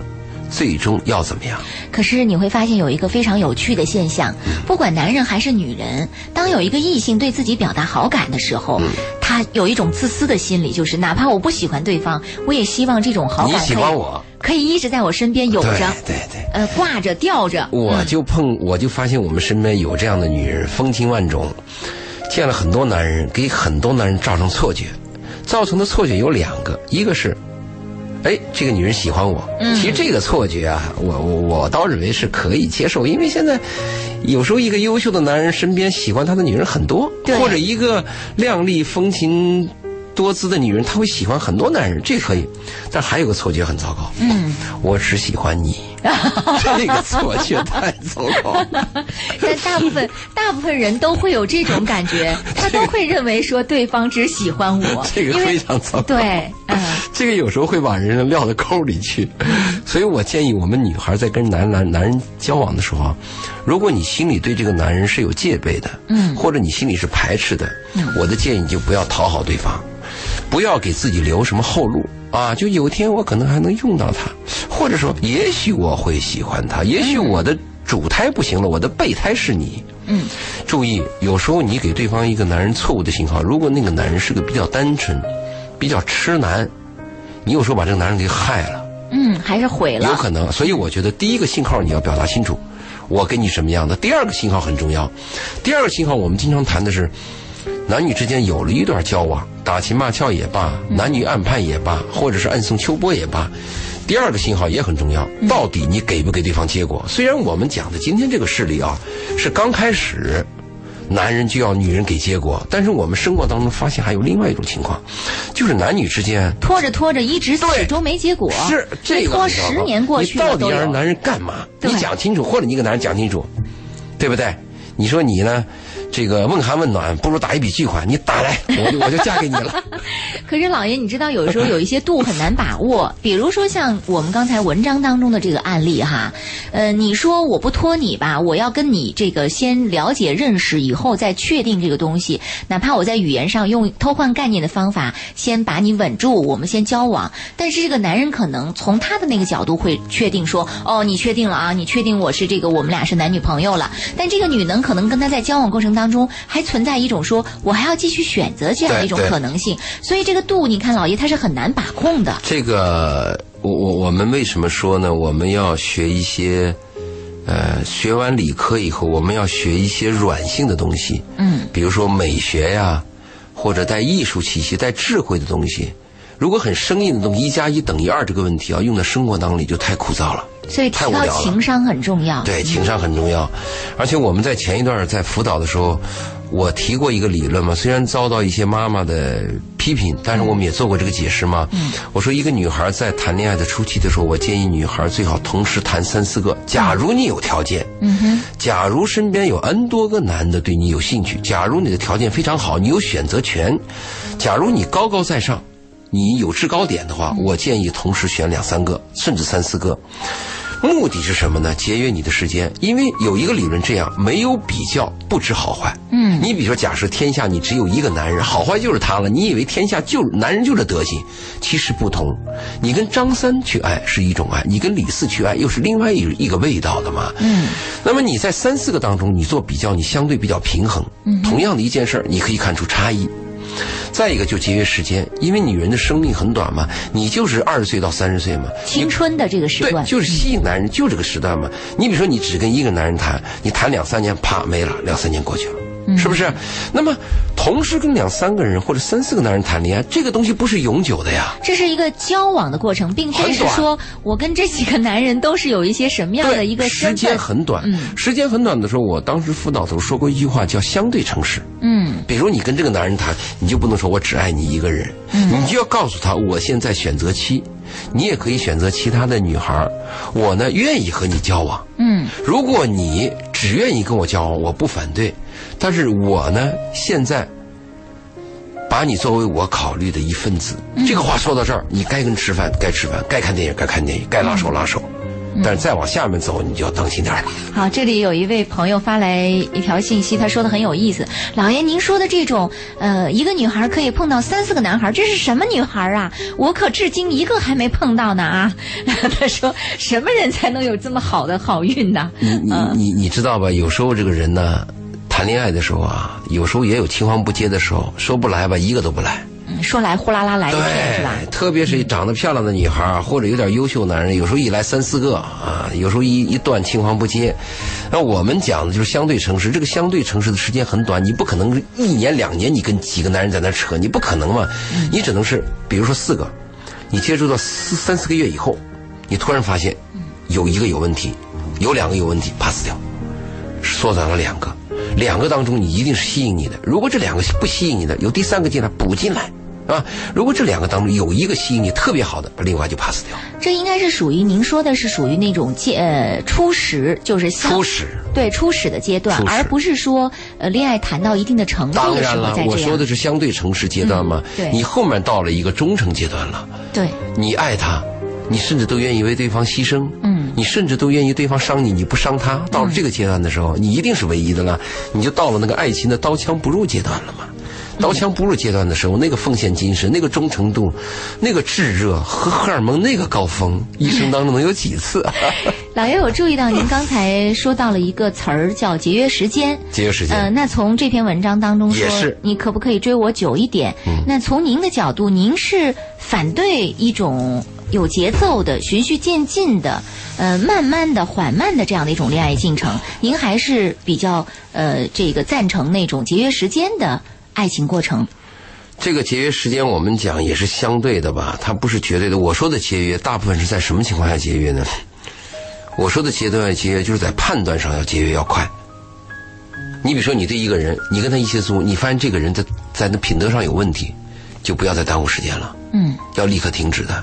最终要怎么样。
可是你会发现有一个非常有趣的现象，不管男人还是女人，当有一个异性对自己表达好感的时
嗯
候，他有一种自私的心理，就是哪怕我不喜欢对方，我也希望这种好
你
感可
喜
以
欢我，
可以一直在我身边有
对
着。
对对，
呃，挂着吊着，
我就碰我就发现我们身边有这样的女人，风情万种，见了很多男人，给很多男人造成错觉，造成的错觉有两个，一个是。哎，这个女人喜欢我。
嗯
其实这个错觉啊，我我我倒认为是可以接受，因为现在有时候一个优秀的男人身边喜欢他的女人很多
对，
或者一个靓丽风情多姿的女人，她会喜欢很多男人，这可以。但还有个错觉很糟糕，嗯，我只喜 欢你，这个错觉太糟糕了。
但大部分大部分人都会有这种感 觉，他都会认为说对方只喜欢我，
这个
因
非
为
常糟糕。
对，嗯、
这个有时候会把人撂到沟里去，所以我建议我们女孩在跟男男男人交往的时候啊，如果你心里对这个男人是有戒备的，嗯，或者你心里是排斥的，我的建议你就不要讨好对方，不要给自己留什么后路啊，就有一天我可能还能用到他，或者说也许我会喜欢他，也许我的主胎不行了，我的备胎是你，嗯，注意有时候你给对方一个男人错误的信号，如果那个男人是个比较单纯。比较痴男，你有时候把这个男人给害了，
嗯，还是毁
有
了，
可能。所以我觉得第一个信号你要表达清楚，我跟你什么样的。第二个信号很重要，第二个信号我们经常谈的是，男女之间有了一段交往，打情骂俏也罢，男女暗判也罢，或者是暗送秋波也罢。第二个信号也很重要，到底你给不给对方结果？虽然我们讲的今天这个事例啊，是刚开始，男人就要女人给结果，但是我们生活当中发现还有另外一种情况，就是男女之间
拖着拖着一直
对
始终没结果，
是这个
拖
很糟
十
糕
年过去
你到
了
底
都
要
有
让，男人干嘛？
对
你讲清楚，或者你给男人讲清楚，对不对？你说你呢？这个问寒问暖，不如打一笔巨款，你打来，我就我就嫁给你 了。
可是老爷，你知道有时候有一些度很难把握，比如说像我们刚才文章当中的这个案例哈，呃，你说我不拖你吧，我要跟你这个先了解认识以后再确定这个东西，哪怕我在语言上用偷换概念的方法先把你稳住，我们先交往，但是这个男人可能从他的那个角度会确定说，哦，你确定了啊，你确定我是这个我们俩是男女朋友了，但这个女人可能跟他在交往过程当中还存在一种说我还要继续选择这样的一种
对对
可能。可能性。所以这个度，你看老爷他是很难把控的。
这个，我我我们为什么说呢？我们要学一些，呃，学完理科以后，我们要学一些软性的东西，
嗯，
比如说美学呀、或者带艺术气息、带智慧的东西。如果很生硬的东西，一加一等于二这个问题啊，用在生活当中就太枯燥了。
所以提
太无
高
聊了
情商很重要。
对，情商很重要。而且我们在前一段在辅导的时候，我提过一个理论嘛，虽然遭到一些妈妈的批评，但是我们也做过这个解释嘛。嗯、我说一个女孩在谈恋爱的初期的时候，我建议女孩最好同时谈三四个。假如你有条件，
嗯哼，
假如身边有 N 多个男的对你有兴趣，假如你的条件非常好，你有选择权，假如你高高在上，你有制高点的话，
嗯
我建议同时选两三个，甚至三四个。目的是什么呢？节约你的时间，因为有一个理论这样，没有比较不知好坏。
嗯，
你比如说，假设天下你只有一个男人，好坏就是他了，你以为天下就是男人就这德行，其实不同。你跟张三去爱是一种爱，你跟李四去爱又是另外一一个味道的嘛。嗯，那么你在三四个当中，你做比较，你相对比较平衡。嗯，同样的一件事儿，你可以看出差异。再一个就节约时间，因为女人的生命很短嘛，你就是二十岁到三十岁嘛，
青春的这个时
对，
段，嗯
就是吸引男人，就这个时段嘛。你比如说，你只跟一个男人谈，你谈两三年，啪没了，两三年过去
嗯
了，是不是？那么，同时跟两三个人或者三四个男人谈恋爱，这个东西不是永久的呀。
这是一个交往的过程，并非
很
是
短
说我跟这几个男人都是有一些什么样的
对，
一个
时
身
间
份。嗯
很短，时间很短的时候，我当时辅导的时候说过一句话，叫相对诚实。
嗯，
比如你跟这个男人谈，你就不能说我只爱你一个人，你就要告诉他我现在选择期，你也可以选择其他的女孩儿，我呢愿意和你交往。
嗯，
如果你只愿意跟我交往，我不反对，但是我呢现在把你作为我考虑的一份子。这个话说到这儿，你该跟吃饭该吃饭，该看电影该看电影，该拉手拉手。但是再往下面走，你就要当心点儿了。
好，这里有一位朋友发来一条信息，他说的很有意思。老爷，您说的这种，呃，一个女孩可以碰到三四个男孩，这是什么女孩啊？我可至今一个还没碰到呢啊！ 他说，什么人才能有这么好的好运呢？
你你
嗯
你你知道吧？有时候这个人呢，谈恋爱的时候啊，有时候也有青黄不接的时候，说不来吧，一个都不来。
嗯说来呼啦啦来一片是吧？
对，特别是长得漂亮的女孩儿或者有点优秀男人，有时候一来三四个啊，有时候一一段青黄不接。那我们讲的就是相对诚实，这个相对诚实的时间很短，你不可能一年两年你跟几个男人在那扯，你不可能嘛，
嗯
你只能是比如说四个，你接触到四三四个月以后，你突然发现
嗯
有一个有问题，有两个有问题，pass 掉。缩短了两个，两个当中你一定是吸引你的。如果这两个不吸引你的，有第三个进来补进来啊。如果这两个当中有一个吸引你特别好的，把另外就 pass 掉。
这应该是属于您说的是属于那种阶呃初始，就是相
初始，
对初始的阶段
初，始
而不是说呃恋爱谈到一定的程度
当
的
然
时候
了
再，
我
这
说
样。
的是相对城市阶段嘛
嗯。对
你后面到了一个忠诚阶段了，
对，
你爱他，你甚至都愿意为对方牺牲，
嗯，
你甚至都愿意对方伤你，你不伤他。到了这个阶段的时候，你一定是唯一的了，你就到了那个爱情的刀枪不入阶段了嘛。刀枪不入阶段的时候，那个奉献精神、那个忠诚度、那个炙热和荷尔蒙那个高峰，一生当中能有几次？啊
老爷，我注意到您刚才说到了一个词儿叫节约时间。
节约时间。
呃，那从这篇文章当中说
也是，嗯
你可不可以追我久一点？那从您的角度，您是反对一种有节奏的、循序渐进的、呃，慢慢的、缓慢的这样的一种恋爱进程？您还是比较呃，这个赞成那种节约时间的爱情过程？
这个节约时间，我们讲也是相对的吧，它不是绝对的。我说的节约，大部分是在什么情况下节约呢？我说的阶段节约，就是在判断上要节约要快。你比如说，你对一个人，你跟他一接触，你发现这个人在在那品德上有问题，就不要再耽误时间了。
嗯，
要立刻停止的。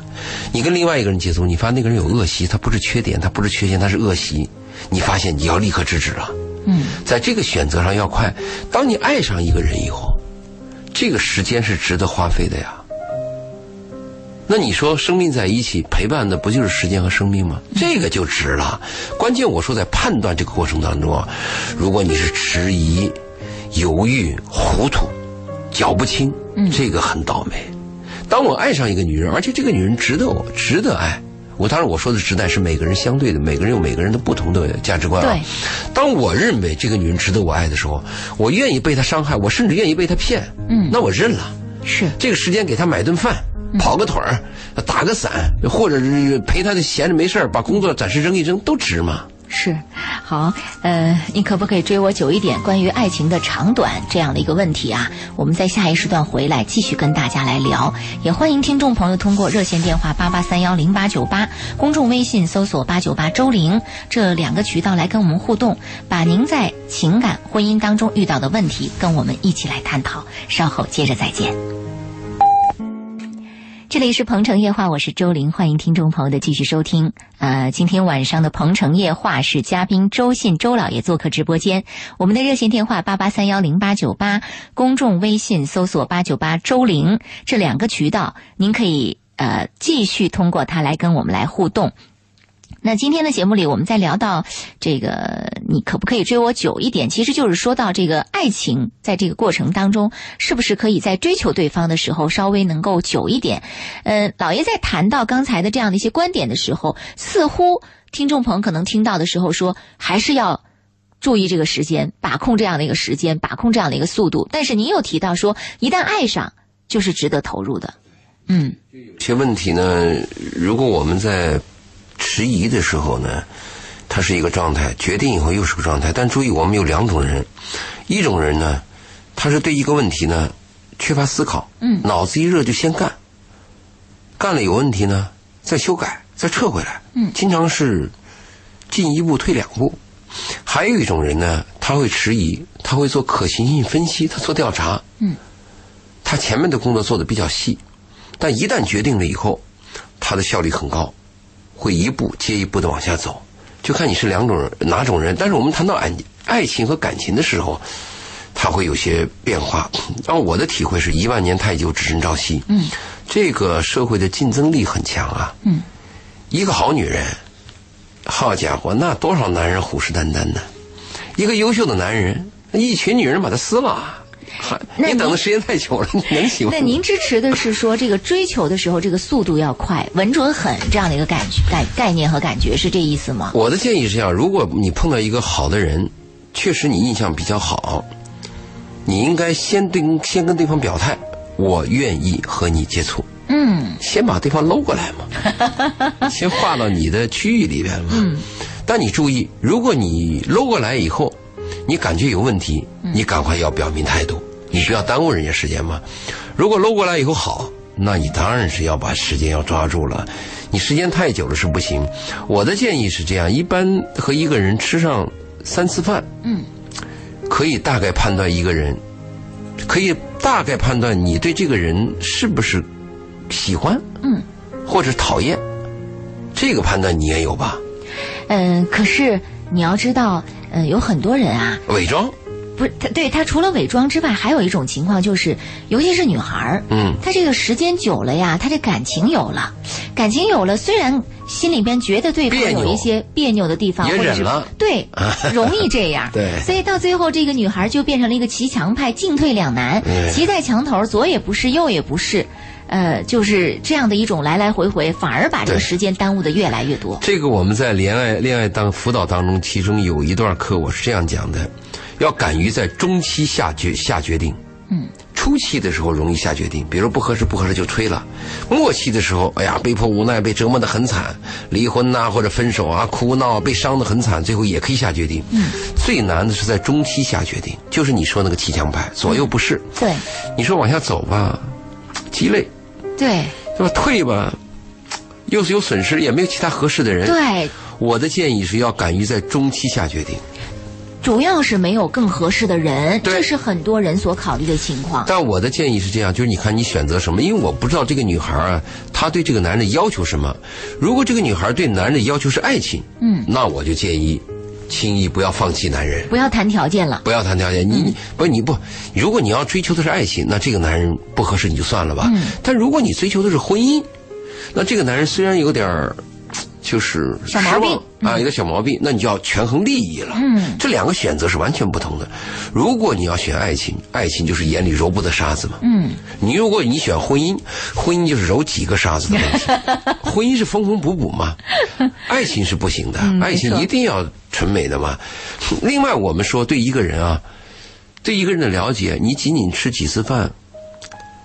你跟另外一个人接触，你发现那个人有恶习，他不是缺点，他不是缺陷，他是恶习，你发现你要立刻制止了。
嗯，
在这个选择上要快。当你爱上一个人以后，这个时间是值得花费的呀。那你说，生命在一起陪伴的不就是时间和生命吗？这个就值了。关键我说，在判断这个过程当中啊，如果你是迟疑、犹豫、糊涂、脚不清，这个很倒霉。当我爱上一个女人，而且这个女人值得我，值得爱。我当然我说的值得爱是每个人相对的，每个人有每个人的不同的价值观啊
对。
当我认为这个女人值得我爱的时候，我愿意被她伤害，我甚至愿意被她骗，嗯，那我认了。
是。
这个时间给她买顿饭，跑个腿儿，打个伞，或者是陪她闲着没事儿把工作暂时扔一扔，都值嘛。
是，好，呃，你可不可以追我久一点？关于爱情的长短这样的一个问题啊，我们在下一时段回来继续跟大家来聊。也欢迎听众朋友通过热线电话八八三幺零八九八，公众微信搜索八九八周玲这两个渠道来跟我们互动，把您在情感婚姻当中遇到的问题跟我们一起来探讨。稍后接着再见。这里是《鹏城夜话》，我是周玲，欢迎听众朋友的继续收听。呃，今天晚上的《鹏城夜话》是嘉宾周信周老爷做客直播间。我们的热线电话八八三幺零八九八，公众微信搜索八九八周玲这两个渠道，您可以呃继续通过它来跟我们来互动。那今天的节目里，我们在聊到这个，你可不可以追我久一点？其实就是说到这个爱情，在这个过程当中，是不是可以在追求对方的时候稍微能够久一点？呃，老爷在谈到刚才的这样的一些观点的时候，似乎听众朋友可能听到的时候说，还是要注意这个时间，把控这样的一个时间，把控这样的一个速度。但是您又提到说，一旦爱上，就是值得投入的。嗯，
有些问题呢，如果我们在迟疑的时候呢，它是一个状态；决定以后又是个状态。但注意，我们有两种人，一种人呢，他是对一个问题呢缺乏思考，
嗯
脑子一热就先干，干了有问题呢，再修改，再撤回来，
嗯
经常是进一步退两步。还有一种人呢，他会迟疑，他会做可行性分析，他做调查，
嗯，
他前面的工作做的比较细，但一旦决定了以后，他的效率很高，会一步接一步的往下走，就看你是两种人哪种人。但是我们谈到爱爱情和感情的时候，它会有些变化。按我的体会是一万年太久，只争朝夕。嗯，这个社会的竞争力很强啊。
嗯，
一个好女人，好家伙，那多少男人虎视眈眈呢？一个优秀的男人，一群女人把他撕了。还
那
你
您
等的时间太久了，你能 喜欢吗？
那您支持的是说，这个追求的时候，这个速度要快、稳准狠这样的一个感觉、概概念和感觉，是这意思吗？
我的建议是这样：如果你碰到一个好的人，确实你印象比较好，你应该先对先跟对方表态，我愿意和你接触，
嗯
先把对方搂过来嘛， 先划到你的区域里边嘛。
嗯
但你注意，如果你搂过来以后，你感觉有问题，
嗯
你赶快要表明态度，你不要耽误人家时间嘛。如果搂过来以后好，那你当然是要把时间要抓住了。你时间太久了是不行。我的建议是这样：一般和一个人吃上三次饭，
嗯，
可以大概判断一个人，可以大概判断你对这个人是不是喜欢，
嗯，
或者讨厌。这个判断你也有吧？
嗯、可是你要知道，嗯、有很多人啊，
伪装，
不是他对他除了伪装之外，还有一种情况就是，尤其是女孩儿，
嗯，
她这个时间久了呀，她这感情有了，感情有了，虽然心里边觉得对方
别扭
有一些别扭的地方，
也
或者
忍
是
了
对，容易这 样，
对
所以到最后这个女孩就变成了一个骑墙派，进退两难，
嗯
骑在墙头，左也不是，右也不是。呃，就是这样的一种来来回回，反而把这个
对
时间耽误的越来越多。
这个我们在恋爱恋爱当辅导当中，其中有一段课我是这样讲的：要敢于在中期下决下决定。
嗯，
初期的时候容易下决定，比如不合适不合适就吹了；末期的时候，哎呀，被迫无奈，被折磨得很惨，离婚呐、或者分手啊，哭闹，被伤得很惨，最后也可以下决定。嗯，最难的是在中期下决定，就是你说那个骑墙派，左右不是。
对，
你说往下走吧，鸡肋；
对，
对吧？退吧，又是有损失，也没有其他合适的人。
对，
我的建议是要敢于在中期下决定，
主要是没有更合适的人，
对
这是很多人所考虑的情况。
但我的建议是这样，就是你看你选择什么，因为我不知道这个女孩啊，她对这个男人的要求什么。如果这个女孩对男人的要求是爱情，
嗯，
那我就建议轻易不要放弃男人，
不要谈条件了。
不要谈条件。
嗯
你、你不你不，如果你要追求的是爱情，那这个男人不合适你就算了吧。
嗯
但如果你追求的是婚姻，那这个男人虽然有点儿。就是
小毛病
失望啊，有点小毛病，那你就要权衡利益了。
嗯，
这两个选择是完全不同的。如果你要选爱情，爱情就是眼里揉不得沙子嘛。
嗯，
你如果你选婚姻，婚姻就是揉几个沙子的问 题。婚姻是缝缝补补嘛，爱情是不行的，爱
嗯没
情
错
一定要纯美的嘛。另外，我们说对一个人啊，对一个人的了解，你仅仅吃几次饭，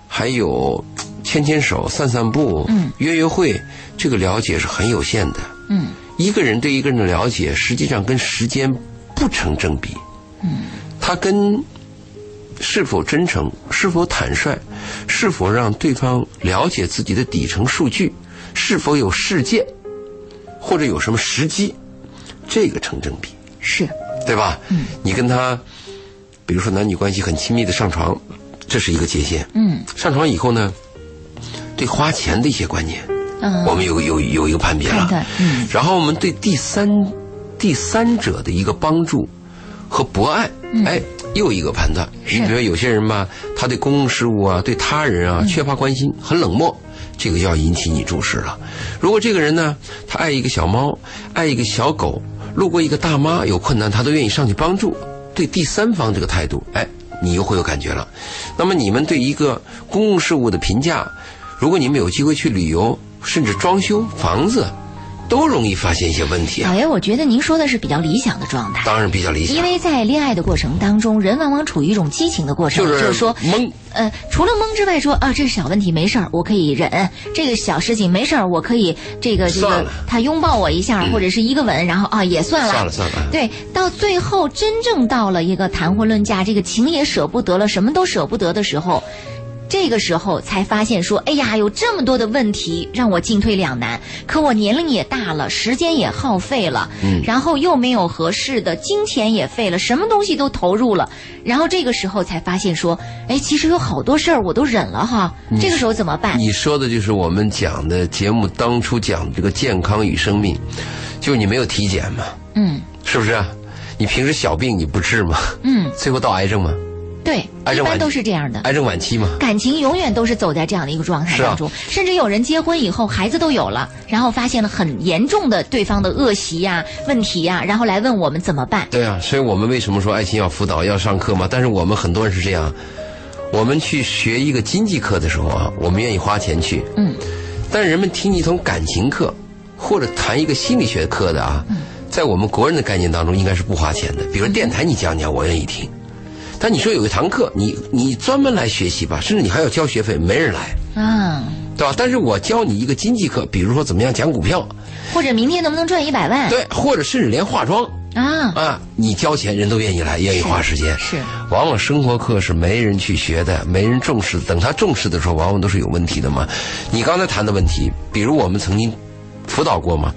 还有牵牵手、散散步、约约会，这个了解是很有限的。
嗯，
一个人对一个人的了解，实际上跟时间不成正比。嗯，它跟是否真诚、是否坦率、是否让对方了解自己的底层数据、是否有事件或者有什么时机，这个成正比，
是
对吧？嗯，你跟他，比如说男女关系很亲密的上床，这是一个界限。
嗯，
上床以后呢，对花钱的一些观念，
嗯
我们有有有一个判别
判
了。
断嗯
然后我们对第三第三者的一个帮助和博爱，哎，又一个判断。
嗯是
你比如有些人吧，他对公共事务啊，对他人
嗯
啊缺乏关心，很冷漠。这个就要引起你注视了。如果这个人呢，他爱一个小猫，爱一个小狗，路过一个大妈有困难，他都愿意上去帮助，对第三方这个态度，哎，你又会有感觉了。那么你们对一个公共事务的评价，如果你们有机会去旅游，甚至装修房子，都容易发现一些问题啊
老。爷，我觉得您说的是比较理想的状态。
当然比较理
嗯
想
因，为在恋爱的过程当中，人往往处于一种激情的过程，
就
就是是说，
懵，
呃，除了懵之外说，啊，这是小问题，没事儿，我可以忍；这个小事情没事儿，我可以这个这
算
个
了，嗯
他拥抱我一下、或者是一个吻，然后啊也算了。
算了算了。
对，到最后真正到了一个谈婚论嫁，这个情也舍不得了，什么都舍不得的时候，这个时候才发现说，哎呀，有这么多的问题让我进退两难。可我年龄也大了，时间也耗费了，嗯，然后又没有合适的，金钱也费了，什么东西都投入了，然后这个时候才发现说，哎，其实有好多事儿我都忍了哈。这个时候怎么办？
嗯你说的就是我们讲的节目当初讲的这个健康与生命，就是你没有体检嘛，
嗯
是不是啊？你平时小病你不治吗？
嗯，
最后到癌症吗？
对，
哎
一
这
般
完
都是这样的。
癌症晚期吗？
感情永远都是走在这样的一个状态当中，甚至有人结婚以后孩子都有了，然后发现了很严重的对方的恶习呀、问题呀、然后来问我们怎么办。
对啊，所以我们为什么说爱情要辅导要上课嘛？但是我们很多人是这样，我们去学一个经济课的时候啊，我们愿意花钱去，
嗯，
但是人们听一堂感情课或者谈一个心理学课的啊，在我们国人的概念当中应该是不花钱的。比如电台你讲讲，我愿意听，但你说有一堂课，你你专门来学习吧，甚至你还要交学费，没人来，
啊，
对吧？但是我教你一个经济课，比如说怎么样讲股票，
或者明天能不能赚一百万？
对，或者甚至连化妆，
啊，
啊，你交钱人都愿意来，愿意花时间。
是
往往生活课是没人去学的，没人重视的。等他重视的时候，往往都是有问题的嘛。你刚才谈的问题，比如我们曾经辅导过嘛，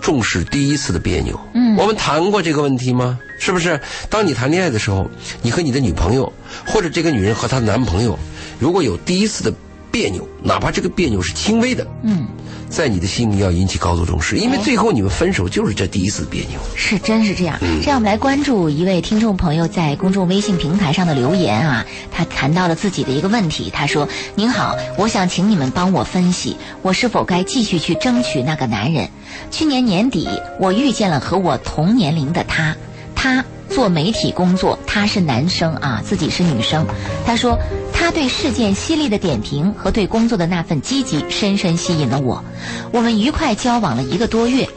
重视第一次的别扭。嗯，我们谈过这个问题吗？是不是？当你谈恋爱的时候，你和你的女朋友，或者这个女人和她的男朋友，如果有第一次的别扭，哪怕这个别扭是轻微的，
嗯，哦
在你的心里要引起高度重视，因为最后你们分手就是这第一次别扭。
是真是这样。这样，我们来关注一位听众朋友在公众微信平台上的留言啊，他谈到了自己的一个问题，他说：“您好，我想请你们帮我分析，我是否该继续去争取那个男人？去年年底，我遇见了和我同年龄的他，他做媒体工作，他是男生啊，自己是女生。他说他对事件犀利的点评和对工作的那份积极，深深吸引了我。我们愉快交往了一个多月，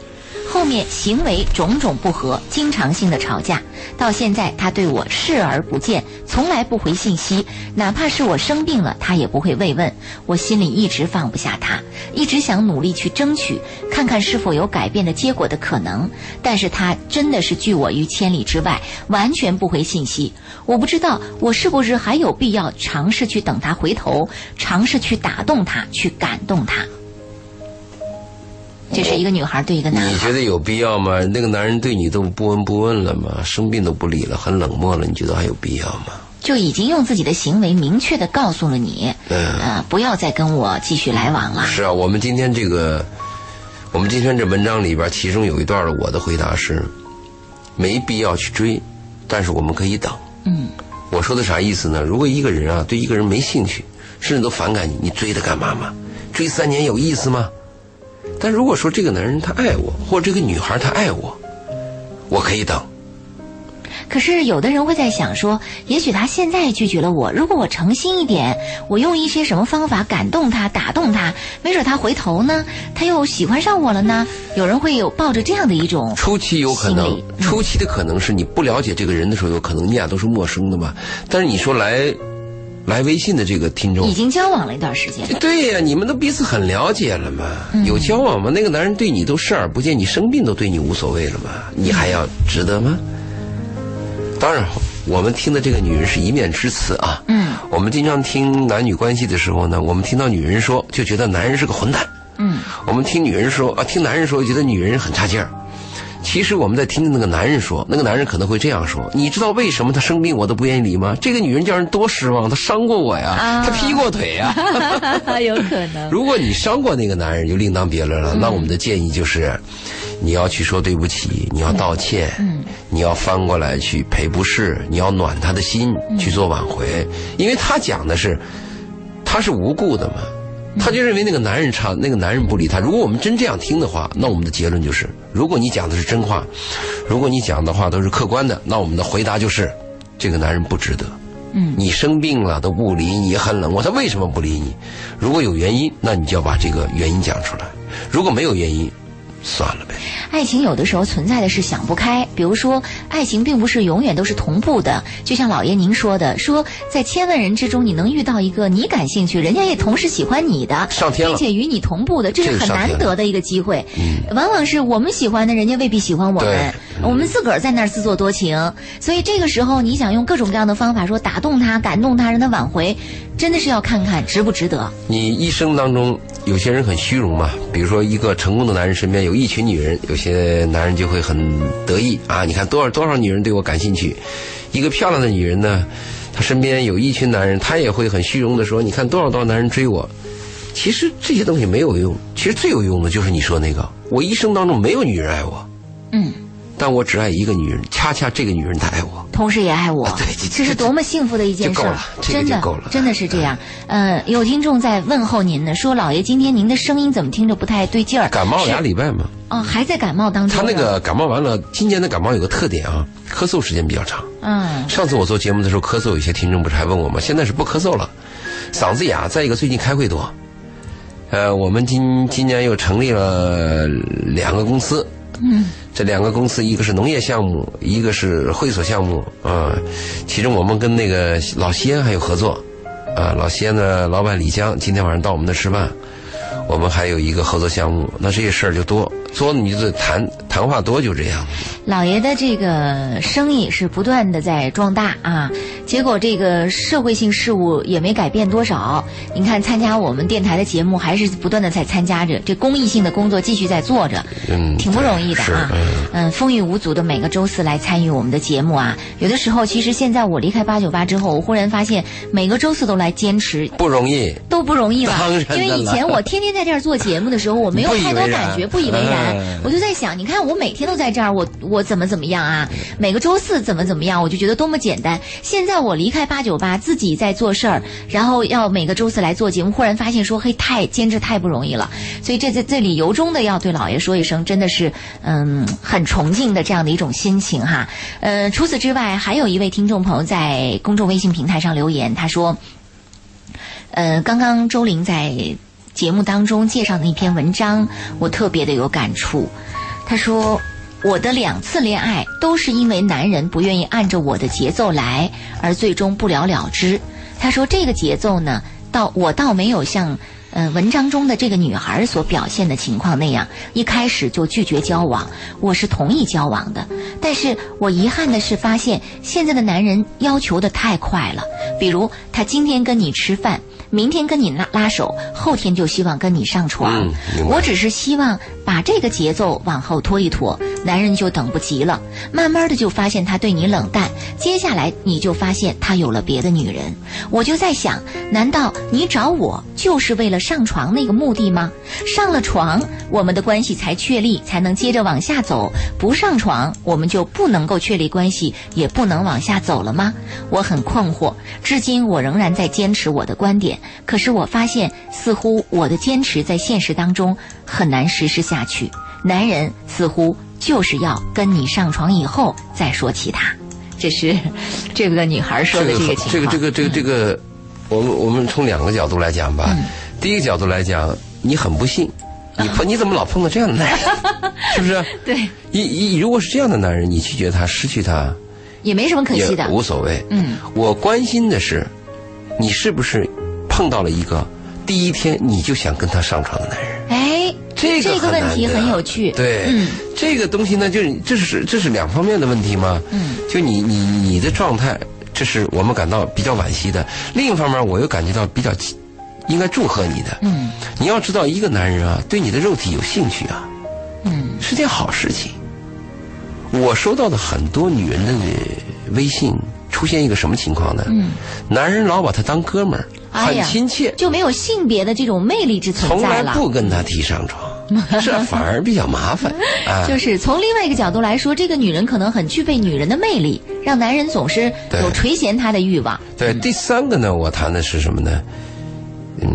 后面行为种种不合，经常性的吵架，到现在他对我视而不见，从来不回信息，哪怕是我生病了，他也不会慰问。我心里一直放不下他，一直想努力去争取，看看是否有改变的结果的可能。但是他真的是拒我于千里之外，完全不回信息。我不知道我是不是还有必要尝试去等他回头，尝试去打动他，去感动他。这是一个女孩对一个男孩。
你觉得有必要吗？那个男人对你都不闻不问了吗？生病都不理了，很冷漠了，你觉得还有必要吗？
就已经用自己的行为明确的告诉了你，
嗯
呃，不要再跟我继续来往了。
是啊，我们今天这个，我们今天这文章里边，其中有一段的我的回答是，没必要去追，但是我们可以等。
嗯，
我说的啥意思呢？如果一个人啊对一个人没兴趣，甚至都反感你，你追他干嘛嘛？追三年有意思吗？但如果说这个男人他爱我，或者这个女孩她爱我，我可以等。
可是有的人会在想说，也许他现在拒绝了我，如果我诚心一点，我用一些什么方法感动他、打动他，没准他回头呢，他又喜欢上我了呢。有人会有抱着这样的一种，
初期有可
心
能
理，
初期的可能是你不了解这个人的时候，有可能你俩都是陌生的嘛。但是你说来来微信的这个听众
已，经交往了一段时间，
对呀、你们都彼此很了解了嘛，
嗯
有交往吗？那个男人对你都视而不见，你生病都对你无所谓了嘛，你还要值得吗？当然，我们听的这个女人是一面之词啊。
嗯，
我们经常听男女关系的时候呢，我们听到女人说，就觉得男人是个混蛋。
嗯，
我们听女人说啊，听男人说，觉得女人很差劲儿。其实我们在听那个男人说，那个男人可能会这样说：“你知道为什么他生病我都不愿意理吗？这个女人叫人多失望，她伤过我呀
啊，
她劈过腿呀。
有可能。
如果你伤过那个男人，就另当别论了。那我们的建议就是，你要去说对不起，你要道歉，你要翻过来去赔不是，你要暖他的心，去做挽回。因为他讲的是，他是无故的嘛，他就认为那个男人差，那个男人不理他。如果我们真这样听的话，那我们的结论就是，如果你讲的是真话，如果你讲的话都是客观的，那我们的回答就是，这个男人不值得。你生病了都不理你，很冷漠，他为什么不理你？如果有原因，那你就要把这个原因讲出来；如果没有原因，算了呗。
爱情有的时候存在的是想不开，比如说，爱情并不是永远都是同步的。就像老爷您说的，说在千万人之中，你能遇到一个你感兴趣，人家也同时喜欢你的，
上天
并
了，
且与你同步的，这
这
是
个
很
上
难
天
得的一个机会。
嗯
往往是我们喜欢的，人家未必喜欢我们
对，
我们自个儿在那儿自作多情。所以这个时候，你想用各种各样的方法说打动他、感动他，让他挽回，真的是要看看值不值得。
你一生当中有些人很虚荣嘛，比如说一个成功的男人身边有一群女人，有些男人就会很得意啊，你看多少多少女人对我感兴趣，一个漂亮的女人呢，她身边有一群男人，她也会很虚荣的说，你看多少多少男人追我。其实这些东西没有用，其实最有用的就是你说那个，我一生当中没有女人爱我，
嗯，
但我只爱一个女人，恰恰这个女人她爱我。
同时也爱我，
啊对这
这是多么幸福的一件事
就够
儿啊
了！这个
真的
就够了哎
真的是这样。呃，有听众在问候您呢，说老爷今天您的声音怎么听着不太对劲儿？
感冒俩
是
礼拜嘛，
哦，还在感冒当中。
他那，个感冒完了，今年的感冒有个特点啊，咳嗽时间比较长。
嗯，
上次我做节目的时候咳嗽，有些听众不是还问我吗？现在是不咳嗽了，嗓子哑。再一个，最近开会多。呃，我们今今年又成立了两个公司，
嗯，
这两个公司一个是农业项目，一个是会所项目啊、其中我们跟那个老西安还有合作，啊、老西安的老板李江今天晚上到我们那吃饭，我们还有一个合作项目。那这些事儿就多，多你就得谈谈话多，就这样。
老爷的这个生意是不断的在壮大啊，结果这个社会性事务也没改变多少。您看，参加我们电台的节目，还是不断的在参加着，这公益性的工作继续在做着。
嗯，
挺不容易的
是
啊
嗯。
嗯，风雨无阻的每个周四来参与我们的节目啊。有的时候，其实现在我离开八九八之后，我忽然发现每个周四都来坚持。
不容易。
都不容易了
当然，的
因为以
了
前我天天在这儿做节目的时候，我没有
不以
太多
为
感
然
觉，不以为然
嗯。
我就在想，你看我每天都在这儿，我我怎么怎么样啊？每个周四怎么怎么样，我就觉得多么简单。现在我离开八九八，自己在做事儿，然后要每个周四来做节目，忽然发现说，嘿，太坚持太不容易了。所以这在这里由衷的要对老爷说一声，真的是嗯很崇敬的这样的一种心情哈。呃，除此之外，还有一位听众朋友在公众微信平台上留言，他说，呃，刚刚周玲在节目当中介绍的一篇文章，我特别的有感触。他说。我的两次恋爱都是因为男人不愿意按着我的节奏来，而最终不了了之。他说这个节奏呢，倒我倒没有像呃文章中的这个女孩所表现的情况那样，一开始就拒绝交往，我是同意交往的。但是我遗憾的是发现现在的男人要求的太快了，比如他今天跟你吃饭。明天跟你拉拉手，后天就希望跟你上床。
嗯明白
我只是希望把这个节奏往后拖一拖，男人就等不及了。慢慢的就发现他对你冷淡，接下来你就发现他有了别的女人。我就在想，难道你找我就是为了上床那个目的吗？上了床，我们的关系才确立，才能接着往下走；不上床，我们就不能够确立关系，也不能往下走了吗？我很困惑，至今我仍然在坚持我的观点。可是我发现，似乎我的坚持在现实当中很难实施下去。男人似乎就是要跟你上床以后再说其他。这是这个女孩说的这个情况。嗯
这个这个这个这个，我们我们从两个角度来讲吧。第一个角度来讲，你很 不幸，你碰你怎么老碰到这样的男人，是不是？
对，
一一如果是这样的男人，你拒绝他、失去他
也没什么可
也
惜的。
无所谓。
嗯
我关心的是，你是不是碰到了一个第一天你就想跟他上床的男人？
哎，
这个
这个
很
问题
难得
很有趣。
对，
嗯
这个东西呢，就是这是这是两方面的问题嘛。
嗯，
就你你你的状态，这是我们感到比较惋惜的。另一方面，我又感觉到比较应该祝贺你的。
嗯
你要知道，一个男人啊，对你的肉体有兴趣啊，
嗯
是件好事情。我收到的很多女人的微信，出现一个什么情况呢？
嗯，
男人老把他当哥们儿，
哎
很
呀
亲切，
就没有性别的这种魅力之存
从
在
来
了。
不跟他提 上床，这反而比较麻烦啊。
就是从另外一个角度来说，这个女人可能很具备女人的魅力，让男人总是
对
有垂涎她的欲望。
对，第三个呢，我谈的是什么呢？嗯，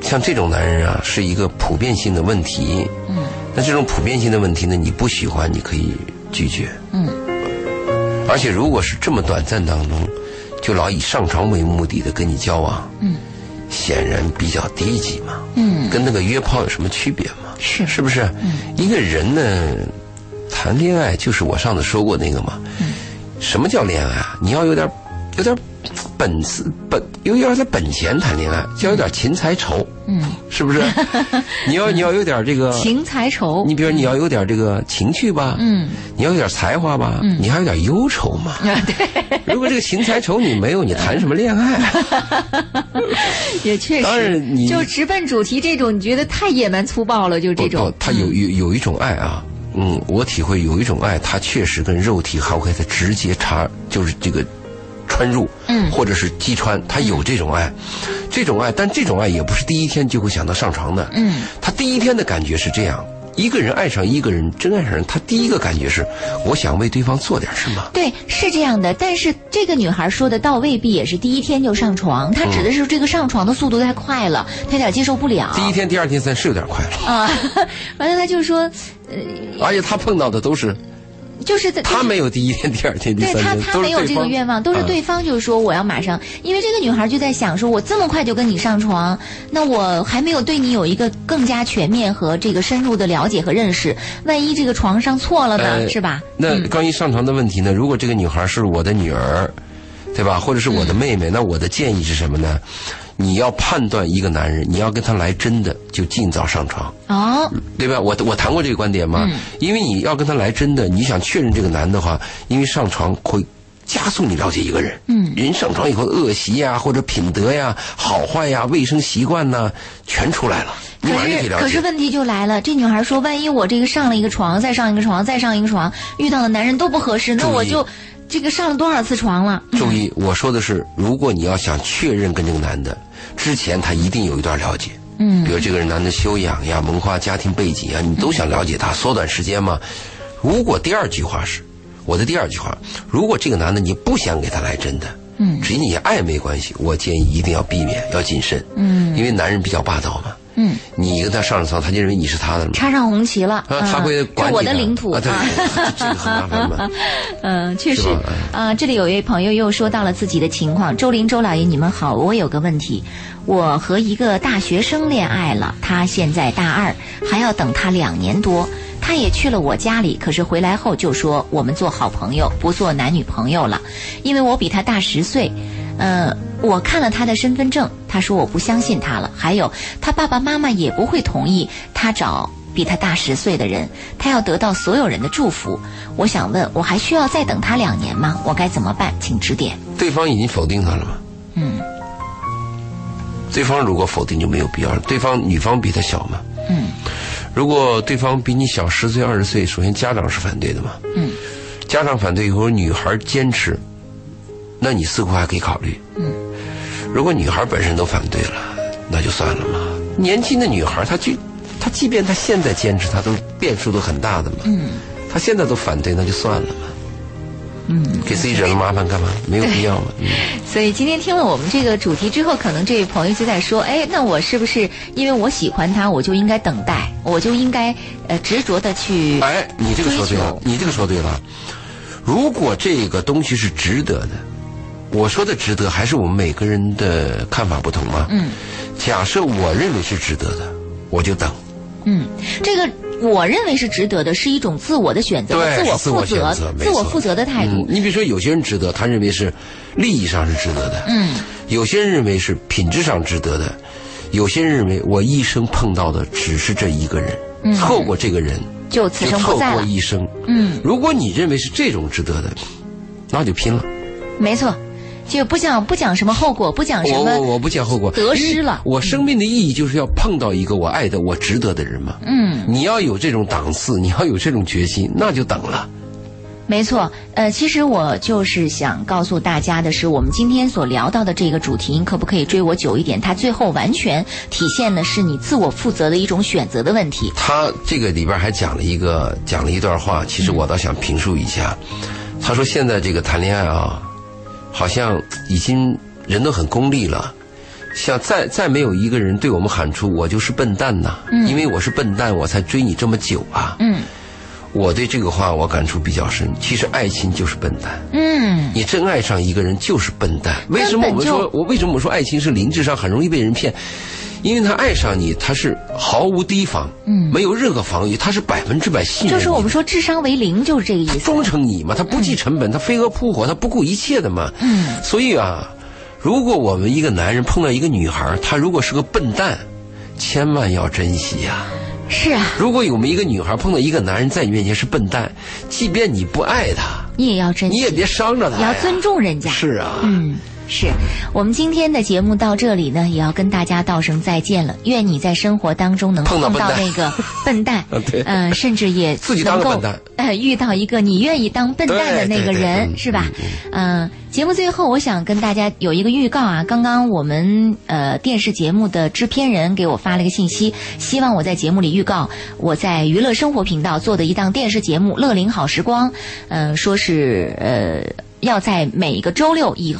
像这种男人啊，是一个普遍性的问题。嗯，那这种普遍性的问题呢，你不喜欢，你可以拒绝。
嗯，
而且如果是这么短暂当中，就老以上床为目的的跟你交往，
嗯，
显然比较低级嘛。
嗯，
跟那个约炮有什么区别吗？
是嗯
是不是？一个人呢，谈恋爱就是我上次说过那个嘛。什么叫恋爱啊？你要有点，有点本事本，有点点本钱谈恋爱，就要有点勤财仇，
嗯，
是 不是？你要你要有点这个，
情财仇
你，比如你要有点这个情趣吧，
嗯，
你要有点才华吧，你还有点忧愁 嘛。对，如果这个勤财仇你没有，你谈什么恋爱？啊
也确
当
实
然，你
就直奔主题这种，你觉得太野蛮粗暴了，就这
不
种嗯
不。他有有有一种爱啊，嗯，我体会有一种爱，它确实跟肉体还有它直接插，就是这个穿入，
嗯
或者是击穿，他有这种爱，这种爱，但这种爱也不是第一天就会想到上床的，
嗯，
他第一天的感觉是这样。一个人爱上一个人，真爱上人，他第一个感觉是，我想为对方做点什么。
对，是这样的，但是这个女孩说的倒未必也是第一天就上床，她指的是这个上床的速度太快了，她有点接受不了。
第一天、第二天、三是有点快了，
啊， 完了她就说，
而且他碰到的都是
就是在
他没有第一天、第二天、第
对
三
他，
天，
他
都是
没有
对
这个
方
愿望，都是
嗯
对方就是说我要马上，啊因为这个女孩就在想说，我这么快就跟你上床，那我还没有对你有一个更加全面和这个深入的了解和认识，万一这个床上错了呢，
呃
是吧？
那关于上床的问题呢？如果这个女孩是我的女儿，对吧？或者是我
嗯
的妹妹，那我的建议是什么呢？你要判断一个男人，你要跟他来真的，就尽早上床，
哦，
对吧？我我谈过这个观点嘛，
嗯
因为你要跟他来真的，你想确认这个男的话，因为上床会。加速你了解一个人，嗯，人上床以后的恶习呀，或者品德呀、好坏呀、卫生习惯呐，全出来了，你
可
马上就可以
是
了
可是
解。
问题就来了，这女孩说，万一我这个上了一个床，再上一个床，再上一个床，遇到的男人都不合适，那
注意
我就这个上了多少次床了？
注意，我说的是，如果你要想确认跟这个男的之前，他一定有一段了解。
嗯，
比如这个人男的修养呀、文化、家庭背景呀，你都想了解他，缩短时间嘛。如果第二句话是我的第二句话，如果这个男的你不想给他来真的，
嗯，
只你爱没关系，我建议一定要避免，要谨慎，
嗯，
因为男人比较霸道嘛，
嗯，
你跟他上了床，他就认为你是他的了嘛，
插上红旗了，
啊，他
嗯
会管
这
你
我的领土
啊，对， 这个很麻烦嘛。
嗯，确实
是吧，
啊、这里有一位朋友又说到了自己的情况。周林、周老爷，你们好，我有个问题，我和一个大学生恋爱了，他现在大二，还要等他两年多。他也去了我家里，可是回来后就说我们做好朋友，不做男女朋友了，因为我比他大十岁。呃，我看了他的身份证，他说我不相信他了。还有，他爸爸妈妈也不会同意他找比他大十岁的人，他要得到所有人的祝福。我想问，我还需要再等他两年吗？我该怎么办？请指点。
对方已经否定他了嘛？
嗯。
对方如果否定就没有必要了。对方女方比他小嘛？
嗯。
如果对方比你小十岁二十岁，首先家长是反对的嘛？
嗯。
家长反对以后，女孩坚持，那你似乎还可以考虑。嗯。如果女孩本身都反对了，那就算了嘛。年轻的女孩，她就她即便她现在坚持，她都变数都很大的嘛。嗯。她现在都反对，那就算了嘛。嗯。给自己惹了麻烦干嘛？没有必要嘛。嗯
所以今天听了我们这个主题之后，可能这位朋友就在说：“哎，那我是不是因为我喜欢他，我就应该等待，我就应该呃执着的去
哎，你这个说对了
追求，
你这个说对了。如果这个东西是值得的，我说的值得还是我们每个人的看法不同嘛。嗯，假设我认为是值得的，我就等。
嗯，这个我认为是值得的，是一种自我的选择，
对
自我负
是自我
责
选择、没
自
错
我负责的态
嗯
度。，
你比如说，有些人值得，他认为是利益上是值得的；
嗯，
有些人认为是品质上值得的；有些人认为我一生碰到的只是这一个人，错过这个人
就嗯此
就
生
错
不再
过
了。
一生。
嗯，
如果你认为是这种值得的，那就拼了。
没错，就不讲不讲什么后果，不讲啊什
我我
么
我不讲后果，
得失了
因为我生命的意义就是要碰到一个我爱的、我值得的人嘛。
嗯。
你要有这种档次，你要有这种决心，那就等了。
没错，呃，其实我就是想告诉大家的是，我们今天所聊到的这个主题，你可不可以追我久一点？它最后完全体现的是你自我负责的一种选择的问题。
他这个里边还讲了一个讲了一段话，其实我倒想评述一下。他说现在这个谈恋爱啊，好像已经人都很功利了，像再再没有一个人对我们喊出“我就是笨蛋呐、因为我是笨蛋，我才追你这么久啊。
嗯
我对这个话我感触比较深。其实爱情就是笨蛋，
嗯，
你真爱上一个人就是笨蛋。为什么我们说我为什么我说爱情是零智商，很容易被人骗？因为他爱上你，他是毫无提防，
嗯
没有任何防御，他是百分之百信任
就
你的，
是我们说智商为零，就是这个意思。
忠诚你嘛，他不计成本，他飞蛾扑火，他不顾一切的嘛。
嗯，
所以啊，如果我们一个男人碰到一个女孩，她如果是个笨蛋，千万要珍惜呀、
是啊，
如果我们一个女孩碰到一个男人在你面前是笨蛋，即便你不爱他，
你也要珍惜，
你也别伤着他
也
呀
要尊重人家。
是啊，
嗯，是我们今天的节目到这里呢，也要跟大家道声再见了。愿你在生活当中能碰
碰到
到
笨蛋
那 个笨蛋
啊对，
嗯、甚至也
自己当
能
个
够
笨蛋
呃遇到一个你愿意当笨蛋的那个
对对
人，
对
是吧？嗯、节目最后我想跟大家有一个预告啊，刚刚我们呃电视节目的制片人给我发了一个信息，希望我在节目里预告我在娱乐生活频道做的一档电视节目《乐龄好时光》，嗯、说是呃要在每一个周六以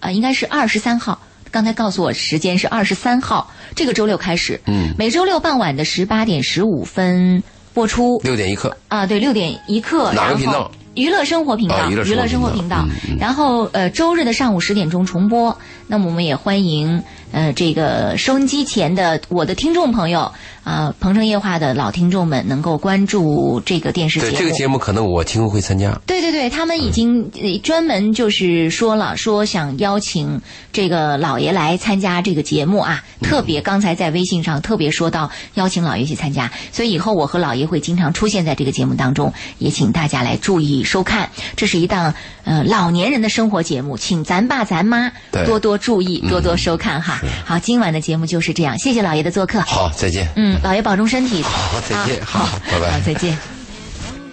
呃，应该是二十三号。刚才告诉我时间是二十三号，这个周六开始。
嗯，
每周六傍晚的十八点十五分播出。
六点一刻，
啊，对，六点一刻，
哪个
然后
频道
娱乐生活频道，
啊娱乐生活
频
频
道
道。嗯
然后呃，周日的上午十点钟重播。那么我们也欢迎呃这个收音机前的我的听众朋友啊、鹏城夜话的老听众们能够关注这个电视节
对
目。
这个节目可能我今后会参加。
对对对，他们已经
嗯
呃专门就是说了，说想邀请这个老爷来参加这个节目啊。
嗯
特别刚才在微信上特别说到邀请老爷去参加，所以以后我和老爷会经常出现在这个节目当中，也请大家来注意收看。这是一档呃老年人的生活节目，请咱爸咱妈
对嗯
多多注意，多多收看哈。好，今晚的节目就是这样，谢谢老爷的做客。
好，再见。
嗯，老爷保重身体。
好，再见。
啊
好，拜拜
好，。再见。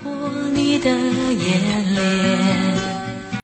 过你的眼帘，